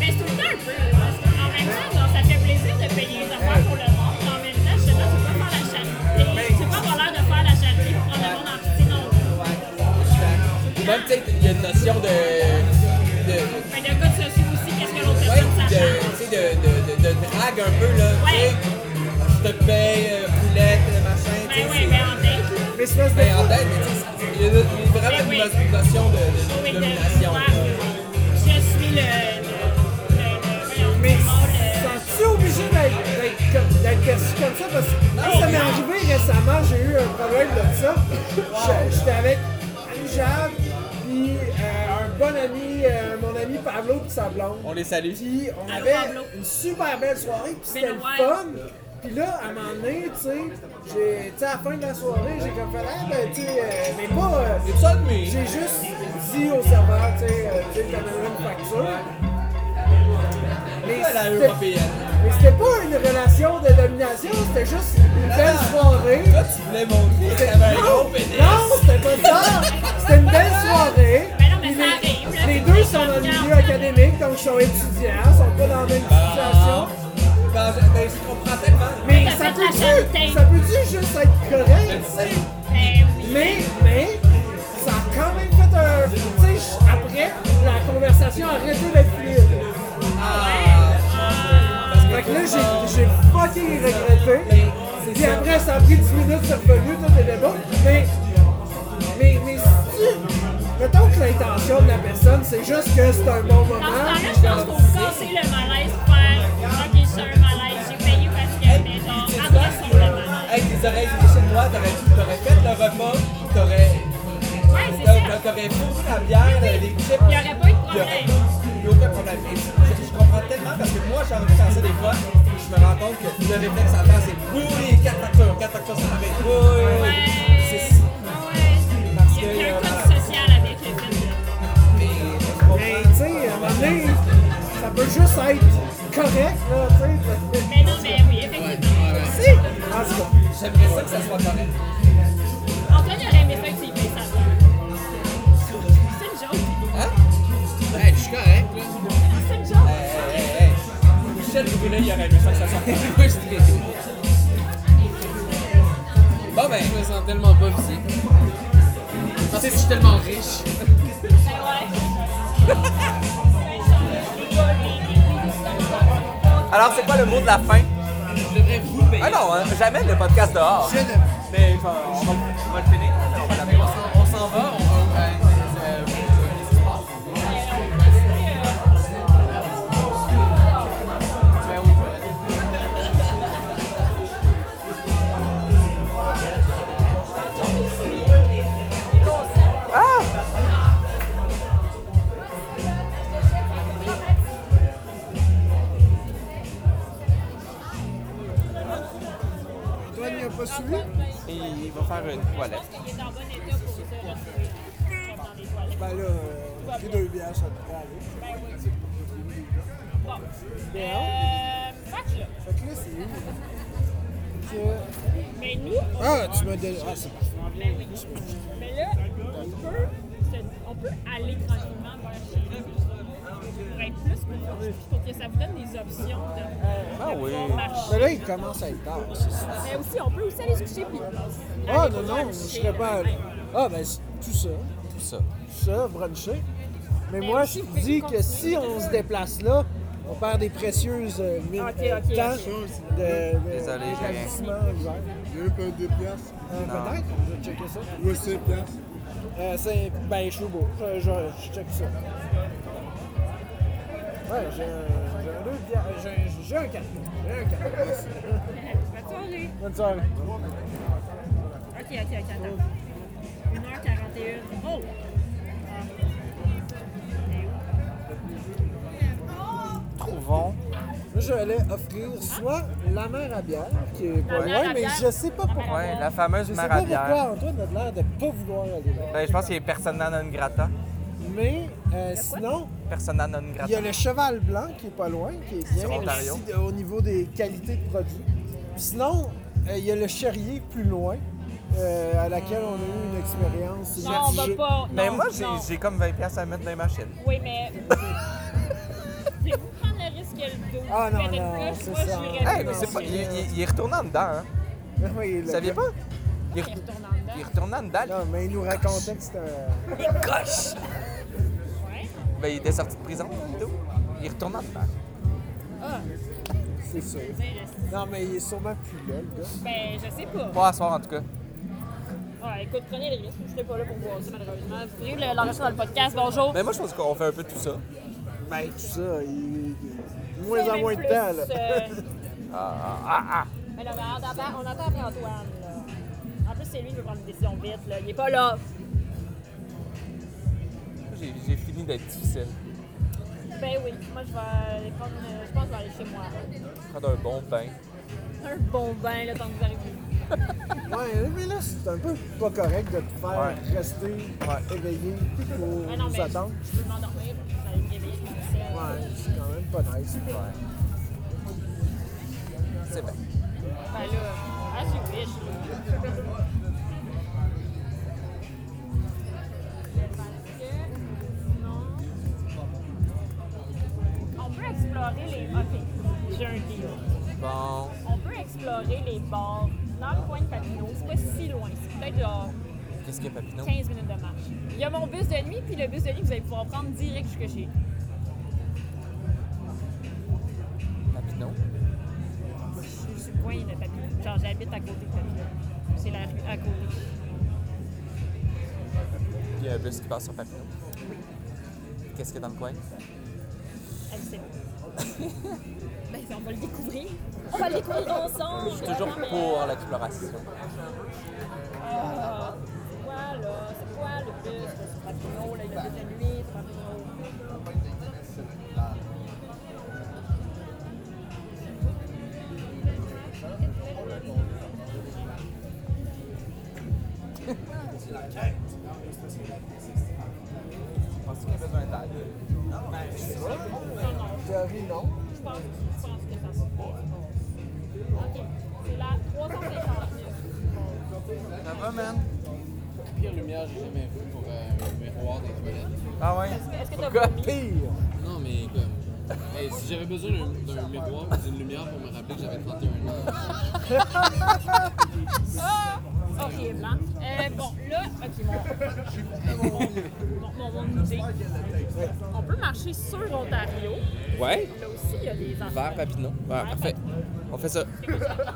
Mais c'est tout le temps un peu. Parce qu'en même temps, genre, ça fait plaisir de payer les affaires pour le monde. Mais en même temps, je sais pas, tu peux pas faire la charité. Tu peux pas avoir l'air de faire la charité pour prendre le monde en pitié non plus.
Ouais, exact. Même, tu sais, il y a une notion de. de
Mais de gars de sociaux aussi, qu'est-ce que l'autre
ouais,
personne
de,
s'attend?
tu sais, de, de, de, de drague un peu, là. Tu sais,
Ouais.
je te paye, euh, roulette, machin, tu sais.
Ben oui,
c'est-
ben en date. là.
Une espèce
Ben, en
de...
tête, mais tu sais, il y a une- il y a vraiment
Ben
une
oui.
no- notion de,
Oui,
de, de
de-
domination.
ouais,
là.
Je suis le. le- le- le-
Mais
voyons, le-
sens-tu obligé d'être d'être comme- d'être perçu comme ça? Parce que moi, ça m'est arrivé récemment, j'ai eu un problème de ça. Je- J'étais avec Anne-Jade, puis euh, un bon ami, euh, mon ami Pablo, puis sa blonde.
On les salue.
Puis on
Allô,
avait
Pablo. Ben
une super belle soirée, puis c'était le
Benoît.
fun. Puis là, à un moment donné, tu sais, j'ai- tu sais, à la fin de la soirée, j'ai comme fait, ah ben, tu sais, euh, mais pas. euh,
C'est ça de mes.
j'ai juste dit au serveur, tu sais, euh, tu sais, t'en avais une facture. Mais
À la
c'était-
européenne.
mais c'était pas une relation de domination, c'était juste une belle soirée.
Là, tu voulais montrer que t'avais Ah. un gros
Non,
pénis.
non, c'était pas ça. C'était une belle soirée.
Ben non, mais
Puis
ça
les-
arrive, là,
Les
c'est
deux
des
sont dans le
confiances.
milieu académique, donc ils sont étudiants, sont pas dans la même situation.
Ah. Ben, je- ben, je comprends tellement.
Mais
T'as
ça
fait de la
peut-tu,
charité.
ça peut-tu juste être correct, tu sais?
Ben oui.
Mais, mais, ça a quand même fait un. Tu sais, après, la conversation a arrêté d'être fluide. Fait que là, j'ai j'ai fucking regretté. Puis après, ça a pris 10 minutes, c'est revenu, tout était bon. Mais, mais, mais si. Mettons que l'intention de la personne, c'est juste que c'est un bon moment.
Dans ce temps-là, je pense qu'on casser le malaise pour faire OK, c'est un malaise, j'ai payé parce que, mais genre, adressons le malaise.
Hey, tes oreilles étaient chez moi, t'aurais, t'aurais fait le repas, t'aurais,
Ouais, c'est ça.
t'aurais, t'aurais foutu la bière,
Oui,
euh,
oui.
les chips.
Il y aurait pas eu de problème.
Il y aurait- il y a aucun problème. Et Je, je comprends tellement parce que moi, j'ai envie de faire ça des fois. Je me rends compte que le réflexe à faire, c'est oui, 4 factures, 4 factures, ça m'arrête. Oui, oui,
Ouais. Ah
oui. C'est ça.
Ouais. Il y a un code social avec le film.
Mais je comprends.
Mais, Ben, tu sais, à un moment donné, ça peut juste être correct, là, tu sais.
Mais non, mais oui, effectivement.
Si! En tout cas.
J'aimerais ça que ça soit correct.
Antoine aurait aimé ça que tu y payes sa soeur. C'est une joke.
Hein? Eh,
Ben, je suis correct, là.
C'est une joke.
[LAUGHS] Ben, Parce que je suis tellement riche.
Alors, c'est quoi le mot de la fin?
Je devrais vous payer.
Ah non, hein, jamais le podcast dehors. Mais enfin, on va, on va le finir. On va l'appeler.
On s'en- on s'en va, on va. euh, euh, Ben oui, voilà.
Antoine, il n'a pas suivi?
Et il va faire une toilette.
Il est en bon état pour se retrouver dans les toilettes.
Ben là, euh, j'ai deux bières, ça devrait aller.
Bon. Euh, fuck, là.
Fait que là, c'est où? là?
Mais nous, on-
Que- Ah, tu m'as donné. Ah, c'est parfait.
ben oui. Mais là, on peut, se- on peut aller tranquillement vers chez nous pour être plus confortable, pour que ça vous donne des options de,
Ah
de
oui.
pouvoir marcher.
Mais là, il commence à être tard. c'est sûr.
Mais aussi, on peut aussi aller se coucher puis.
Ah,
aller
non,
pouvoir
non, je
coucher,
serais pas.
là, même.
Ah, ben, c'est tout ça.
Tout ça.
Tout ça, bruncher. Mais
Mais
moi,
aussi,
je
vous
dis
pouvez
que si on se déplace là, on perd des précieuses euh, minutes
Ok,
euh,
ok,
temps de,
ok.
de
Désolé, j'ai rien.
d'établissement l'hiver.
Il y a eu pas deux piastres.
Euh, Peut-être, je vais checker ça.
Ou c'est piastres.
Euh, c'est, ben, je suis beau. Je, je, je check ça. Ouais, j'ai un, j'ai un deux bières. J'ai, j'ai un carton. J'ai un carton.
Bonne soirée.
Bonne soirée.
Ok, ok, ok, attends. 1h41. Oh!
Trouvons.
Moi, je vais offrir soit la mère à bière, qui est pas
La mère
loin,
à
mais
bière.
je sais pas pourquoi.
Ouais, la fameuse
Je sais
mère
pas
à bière.
pourquoi Antoine a l'air de pas vouloir aller là.
Ben, je pense qu'il est persona non grata.
Mais euh, sinon,
Persona non
il y a
grata.
le cheval blanc qui est pas loin, qui est bien
Sur Ontario.
aussi de- au niveau des qualités de produits. Puis sinon, euh, il y a le Cherrier plus loin, euh, à laquelle on a eu une expérience.
Non, on va
mitigée.
pas.
Mais
Ben,
non,
Ben, moi,
non.
j'ai- j'ai comme 20$ piastres à mettre dans les machines.
Oui, mais. Voulez-vous prendre le risque que le dos
Ah, non,
pète une
non,
cloche?
c'est
Moi,
ça.
j'irais
Hey, mais
pas.
c'est pas. Il, il- il est retourné en dedans, hein.
[LAUGHS] Oui, il
Vous
l'a
saviez
fait.
pas? Il est,
Il
re-
retourne en dedans.
il est retourné en dedans.
Non, mais il nous racontait que c'était un...
Il coche!
Ouais.
Ben, il était sorti de prison, là, le dos. Il est retourné en dedans.
Ah,
C'est sûr.
je veux dire,
Non, mais il est sûrement plus belle, le gars.
ben, je sais pas.
Pas à soir, en tout cas.
Ah, écoute, prenez le risque. Je serai pas là pour voir ça, malheureusement. Vous pourrez le- l'enregistrer dans le podcast. Bonjour.
Mais Ben, moi, je pense qu'on fait un peu tout ça.
Ben, tout ça, il... il- moins
C'est
en
même
moins de
plus,
temps, là.
euh,
[LAUGHS] Ah, ah!
Mais là, on attend, on attend après Antoine. Là. En plus, c'est lui qui veut prendre une décision vite. Là. Il est pas là.
J'ai j'ai fini d'être difficile.
Ben oui, moi, je vais aller prendre. euh, Je pense que je vais aller chez moi.
Prendre un bon bain.
Un bon bain, là, tant que vous arrivez.
[LAUGHS] Ouais, mais là, c'est un peu pas correct de te faire
Ouais.
rester éveillé pour
Ah non,
nous
mais
attendre.
je peux m'endormir, ça va me réveiller, je me sers.
Ouais, c'est quand même pas nice.
C'est bien.
Ben là, as you wish. là. Non. On peut explorer les. Ok, j'ai un deal.
Bon.
On peut explorer les bars dans le coin de Papineau, c'est pas si loin, c'est peut-être genre
Qu'est-ce qu'il y a, Papineau?
15 minutes de marche. Il y a mon bus de nuit, puis le bus de nuit, vous allez pouvoir prendre direct jusque chez vous.
Papineau?
Je suis le coin de Papineau. Genre, j'habite à côté de Papineau. C'est la rue à côté.
Il y a un bus qui passe sur Papineau. Qu'est-ce qu'il y a dans le coin?
Elle sait. [LAUGHS] ben, on va le découvrir. On va le découvrir ensemble.
Je suis toujours pour l'exploration.
Ah, c'est quoi, là? C'est quoi le bus? C'est pas trop, là. Il y a de la nuit, c'est pas trop.
Penses-tu qu'il y a besoin d'aide?
Théorie, non.
Je pense, je pense que ça se passe. OK. C'est la 359.
Ça va, man?
La pire lumière que j'ai jamais vue pour euh, un miroir des toilettes.
Ah ouais?
Est-ce que t'as
Pourquoi?
vomi?
Pire.
Non, mais comme. hey, si j'avais besoin d'un d'un miroir ou d'une lumière pour me rappeler que j'avais 31 ans.
Ah! horrible. Hein? Euh, bon, là, ok, mon, mon, mon, mon- mon idée. On peut marcher sur Ontario.
Ouais.
Là aussi, il y a des enfants.
Vers Papineau. Ouais, parfait. On fait ça.
que vous allez pouvoir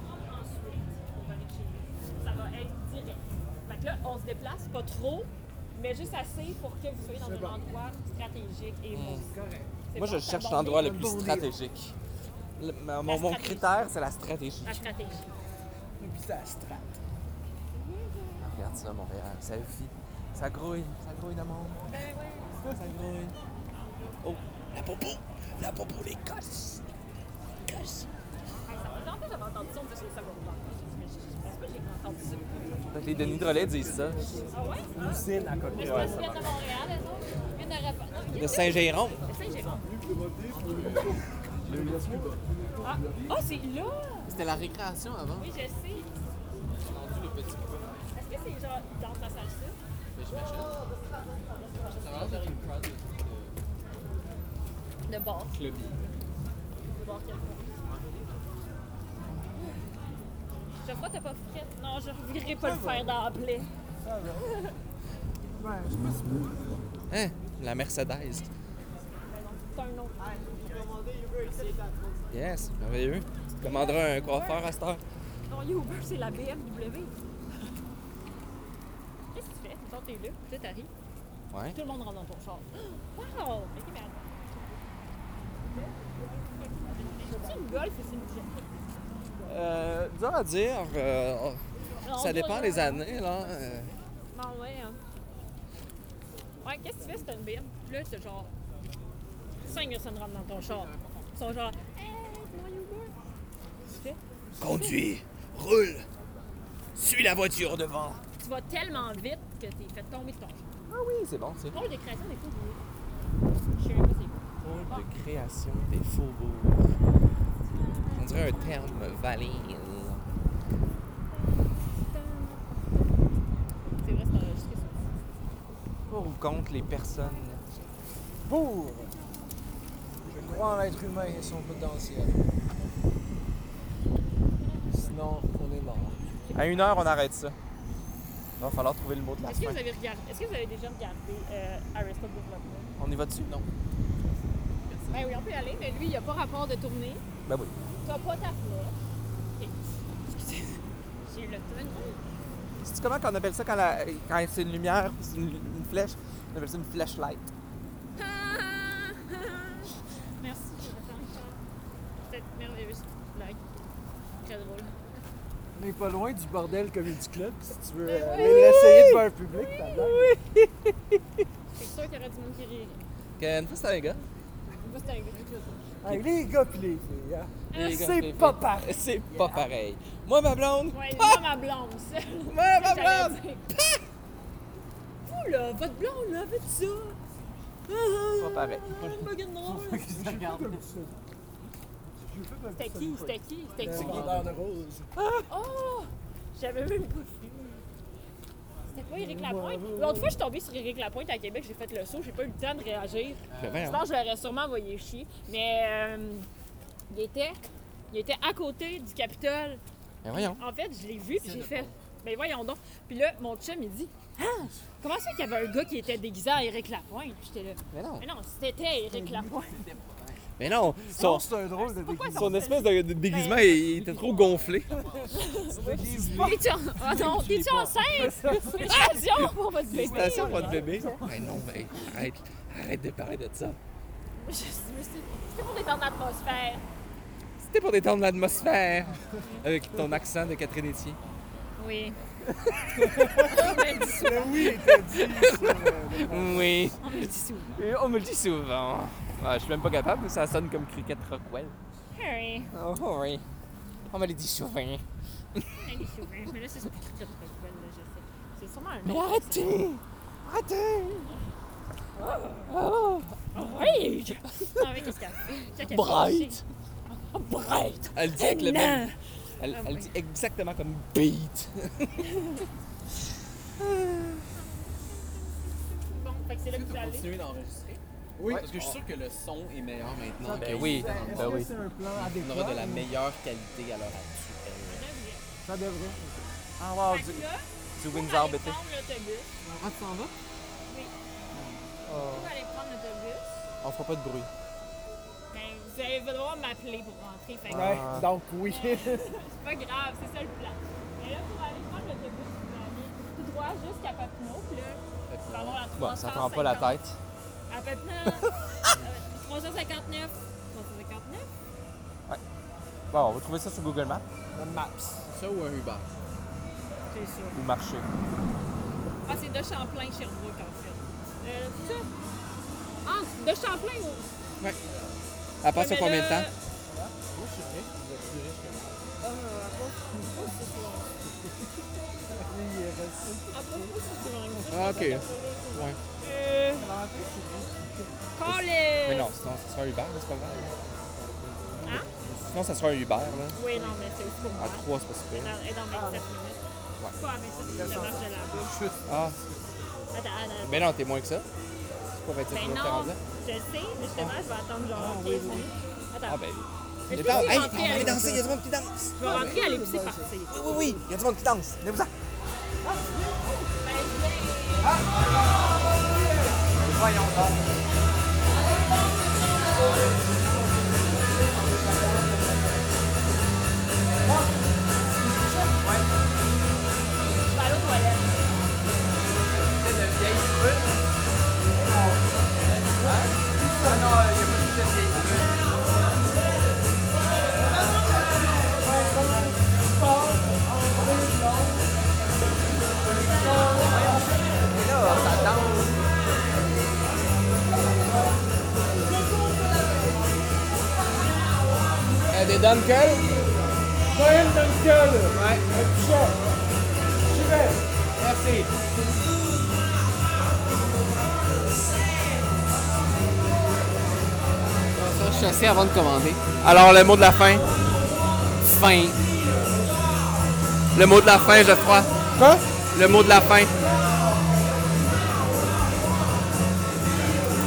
prendre ensuite pour aller chez vous. Ça va être direct. Fait que là, on se déplace pas trop, mais juste assez pour que vous soyez dans un endroit stratégique et vous. C'est
Mm. Moi,
bon,
je
ça
cherche
va
l'endroit
bien.
le plus stratégique. Le- ma- mon, mon
stratégie.
critère, c'est la stratégie.
La stratégie.
Ah, regarde ça, Montréal. Ça vit. Ça grouille. Ça grouille de monde.
Ben
Ça grouille. Oh, la popo. La popo, les cosses. Les cosses.
Hey, Ça fait longtemps que j'avais entendu ça, on me disait sur le secondaire. Mais je- je pense pas que j'ai entendu ça.
Fait que les Denis Drolet disent ça.
Ah ouais?
L'usine à
Mais
côté.
je pense qu'ils viennent de Montréal, les autres. Ils viennent de Rapa- non, ils viennent
De Saint-Géron.
de Saint-Jérôme. Ah, oh, c'est là!
C'était la récréation avant.
Oui, je sais. Est-ce
J'ai entendu le petit.
que c'est genre dans ta salle sud?
Mais je m'achète. Ça va l'air une prod de
De bord.
clubby.
voir quelqu'un. Je crois que t'as pas frette. Non, je ne revirai pas le faire d'emblée.
Hein? La Mercedes.
C'est un autre.
Yes, merveilleux. Tu commanderas un coiffeur à cette heure.
Non, Uber, c'est la BMW. [LAUGHS] Qu'est-ce que tu fais? Mettons, t'es là, là, t'arrives,
Ouais.
tout le monde rentre dans ton char. [GASPS] Wow! Ok, mais attends. C'est une golf ou c'est une jet?
Euh, dur à dire. euh,
Non,
ça dépend
toi,
des
là.
années, là. euh.
Non, ouais. hein. Ouais, qu'est-ce que tu fais si t'as une BM? Là, c'est genre. 5 personnes rentrent dans ton char. Ils sont genre. Hey, comment Uber? Tu fais?
Conduis, roule, suis la voiture devant.
Tu vas tellement vite que t'es fait tomber de ton char.
Ah oui, c'est bon, c'est
Bon, des créations des faux bruits. Je sais même pas c'est quoi.
de création des faubourgs. On dirait un terme valise.
C'est vrai, c'est enregistré ça.
Pour ou contre les personnes.
Pour. Je crois en l'être humain et son potentiel. Sinon, on est mort.
À une heure, on arrête ça. Il va falloir trouver le mot de la
Est-ce que
fin.
vous avez regardé, est-ce que vous avez déjà regardé euh, Arrested Development?
On y va dessus? Non.
Ben oui, on peut y aller, mais lui, il a pas rapport de tournée.
Ben oui.
T'as pas ta fleur. Et... J'ai eu le tourne.
C'est comment qu'on appelle ça quand, la- quand c'est une lumière, puis c'est une, une flèche? On appelle ça une flashlight.
[LAUGHS] Merci, je vais faire une Cette merveilleuse blague. Très drôle.
On n'est pas loin du bordel Comedy Club, si tu veux euh, l'essayer de faire public, ta blague.
C'est sûr qu'il y aurait du monde qui rirait.
Une fois, c'est un gars.
Moi, c'était un gars.
Hey, Ah, les gars pis les filles, hein.
Euh,
Les [LAUGHS] gars,
C'est
les
pas
filles.
pareil.
C'est pas pareil. Moi, ma blonde.
Ouais, moi, ma blonde, ça.
Moi, ma
J'allais
blonde.
dire. Vous, là, votre blonde, là, faites ça.
Pas pareil.
C'était qui? C'était qui? C'était qui?
Vendeur de rose.
Oh! J'avais même pas vu. C'était pas Éric Lapointe. L'autre fois, je suis tombée sur Éric Lapointe à Québec, j'ai fait le saut, j'ai pas eu le temps de réagir.
Ben
Je
voyons.
pense que je l'aurais sûrement envoyé chier. Mais euh, il, était, il était à côté du Capitole.
Ben voyons.
En fait, je l'ai vu, puis j'ai fait. Mais voyons donc. Puis là, mon chum, il dit Ah, comment ça qu'il y avait un gars qui était déguisé à Éric Lapointe Puis j'étais là.
Mais non.
Mais non, c'était Éric Lapointe.
Mais Ben non. Son,
Non, c'est un drôle de
Pourquoi
déguisement.
son [LAUGHS] espèce
[LAUGHS]
de, de déguisement, il, il était trop gonflé.
T'es-tu en... Ah non, t'es-tu
[LAUGHS]
enceinte Félicitations pour votre bébé.
Félicitations, votre bébé. Mais Ben non, mais arrête, arrête de parler de ça.
Je suis- je suis- C'était pour détendre l'atmosphère.
C'était pour détendre l'atmosphère avec ton accent de Catherine Etier.
Oui.
Mais oui, il t'a dit. sur, euh,
Oui. On me le dit souvent. on me le dit souvent. Ouais, je suis même pas capable, ça sonne comme Cricket Rockwell.
Harry.
Oh oui. On me le dit souvent.
Harry Souverain. Mais là, c'est pas Cricket Rockwell, là, je sais. C'est sûrement un
Mais
nom.
arrêtez! Arrêtez! Oh.
Rage! Ah oui, qu'est-ce qu'elle fait? Qu'est-ce qu'elle
Bright.
fait?
Bright! Elle dit avec le même. Elle,
Ah
elle
oui.
dit exactement comme Beat.
Bon, fait que c'est là que vous
Vous
allez.
continuez d'enregistrer?
Oui.
Parce que je suis sûr que le son est meilleur maintenant.
Ben oui.
Est-ce
Ben
que
oui.
c'est un plan
On
adéquat?
aura de la meilleure qualité à l'heure actuelle.
Là, vous-
Ça devrait.
Ah, wow,
Fait
du,
que là,
du
pour
Windsor
aller
BT.
prendre l'autobus,
Ah, tu t'en vas?
pour aller prendre l'autobus,
Ah. On fera pas de bruit.
ben, vous allez devoir m'appeler pour rentrer. Fait que
Ouais, donc oui.
[LAUGHS] c'est pas grave, c'est ça le plan. Mais là, pour aller prendre l'autobus, vous allez tout droit jusqu'à Papineau, puis là, vous allez avoir la
Bon, ça prend pas la
350.
tête.
À
[LAUGHS]
Papineau, euh, 359. 359?
Bon, on va trouver ça sur Google Maps
Ça ou un Uber?
C'est sûr.
ou marcher.
Ah, c'est de Champlain, Sherbrooke, en fait. Euh, ça? Ah, de Champlain au.
À part sur combien de temps?
euh,
Ah, ok. Ouais.
Euh. Colin!
Mais non, sinon ça sera un Uber, c'est pas grave.
Hein?
Sinon ça sera un Uber, là.
Oui, non, mais c'est aussi pour moi.
À 3, c'est pas super.
Elle est dans 27 minutes. Quoi, mais ça, c'est la marche de la bouche.
Chut. Ah,
Attends, attends.
mais non, t'es moins que ça. C'est pas 27
Ben
minutes, t'es
non,
rendu là.
je sais, mais justement, je vais attendre genre 15 minutes. Attends.
Ah, ben.
Mais je
Attends,
peux rentrer à
hey, on va
l'épicerie.
aller danser, il y a du monde qui danse.
Je vais rentrer à l'épicerie partir.
Oui, oui, oui, il y a du monde qui danse. Venez-vous-en.
Je vais aller aux toilettes.
Euh, des Dunkel?
Noël Dunkel. Ouais. Un petit chat. J'y vais.
Merci. Je suis assis avant de commander.
Alors, le mot de la fin.
Fin.
Le mot de la fin, je crois.
Hein?
Quoi?
Le mot de la fin.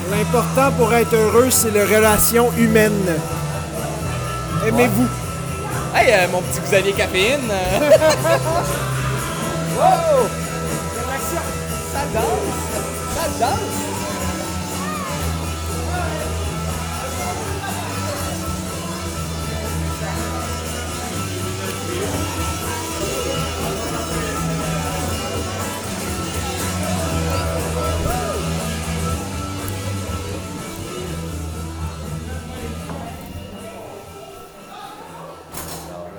L'important pour être heureux, c'est les relations humaines. Aimez-vous.
Hey, euh, mon petit Xavier Caféine. euh,
Ça danse! Ça danse!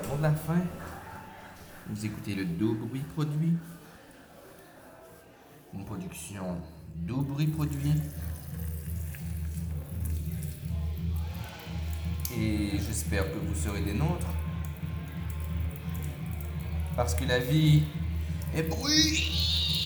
Le mot de la fin. Vous écoutez le doux bruit produit. Une production doux bruit produit. Et j'espère que vous serez des nôtres. Parce que la vie est bruit.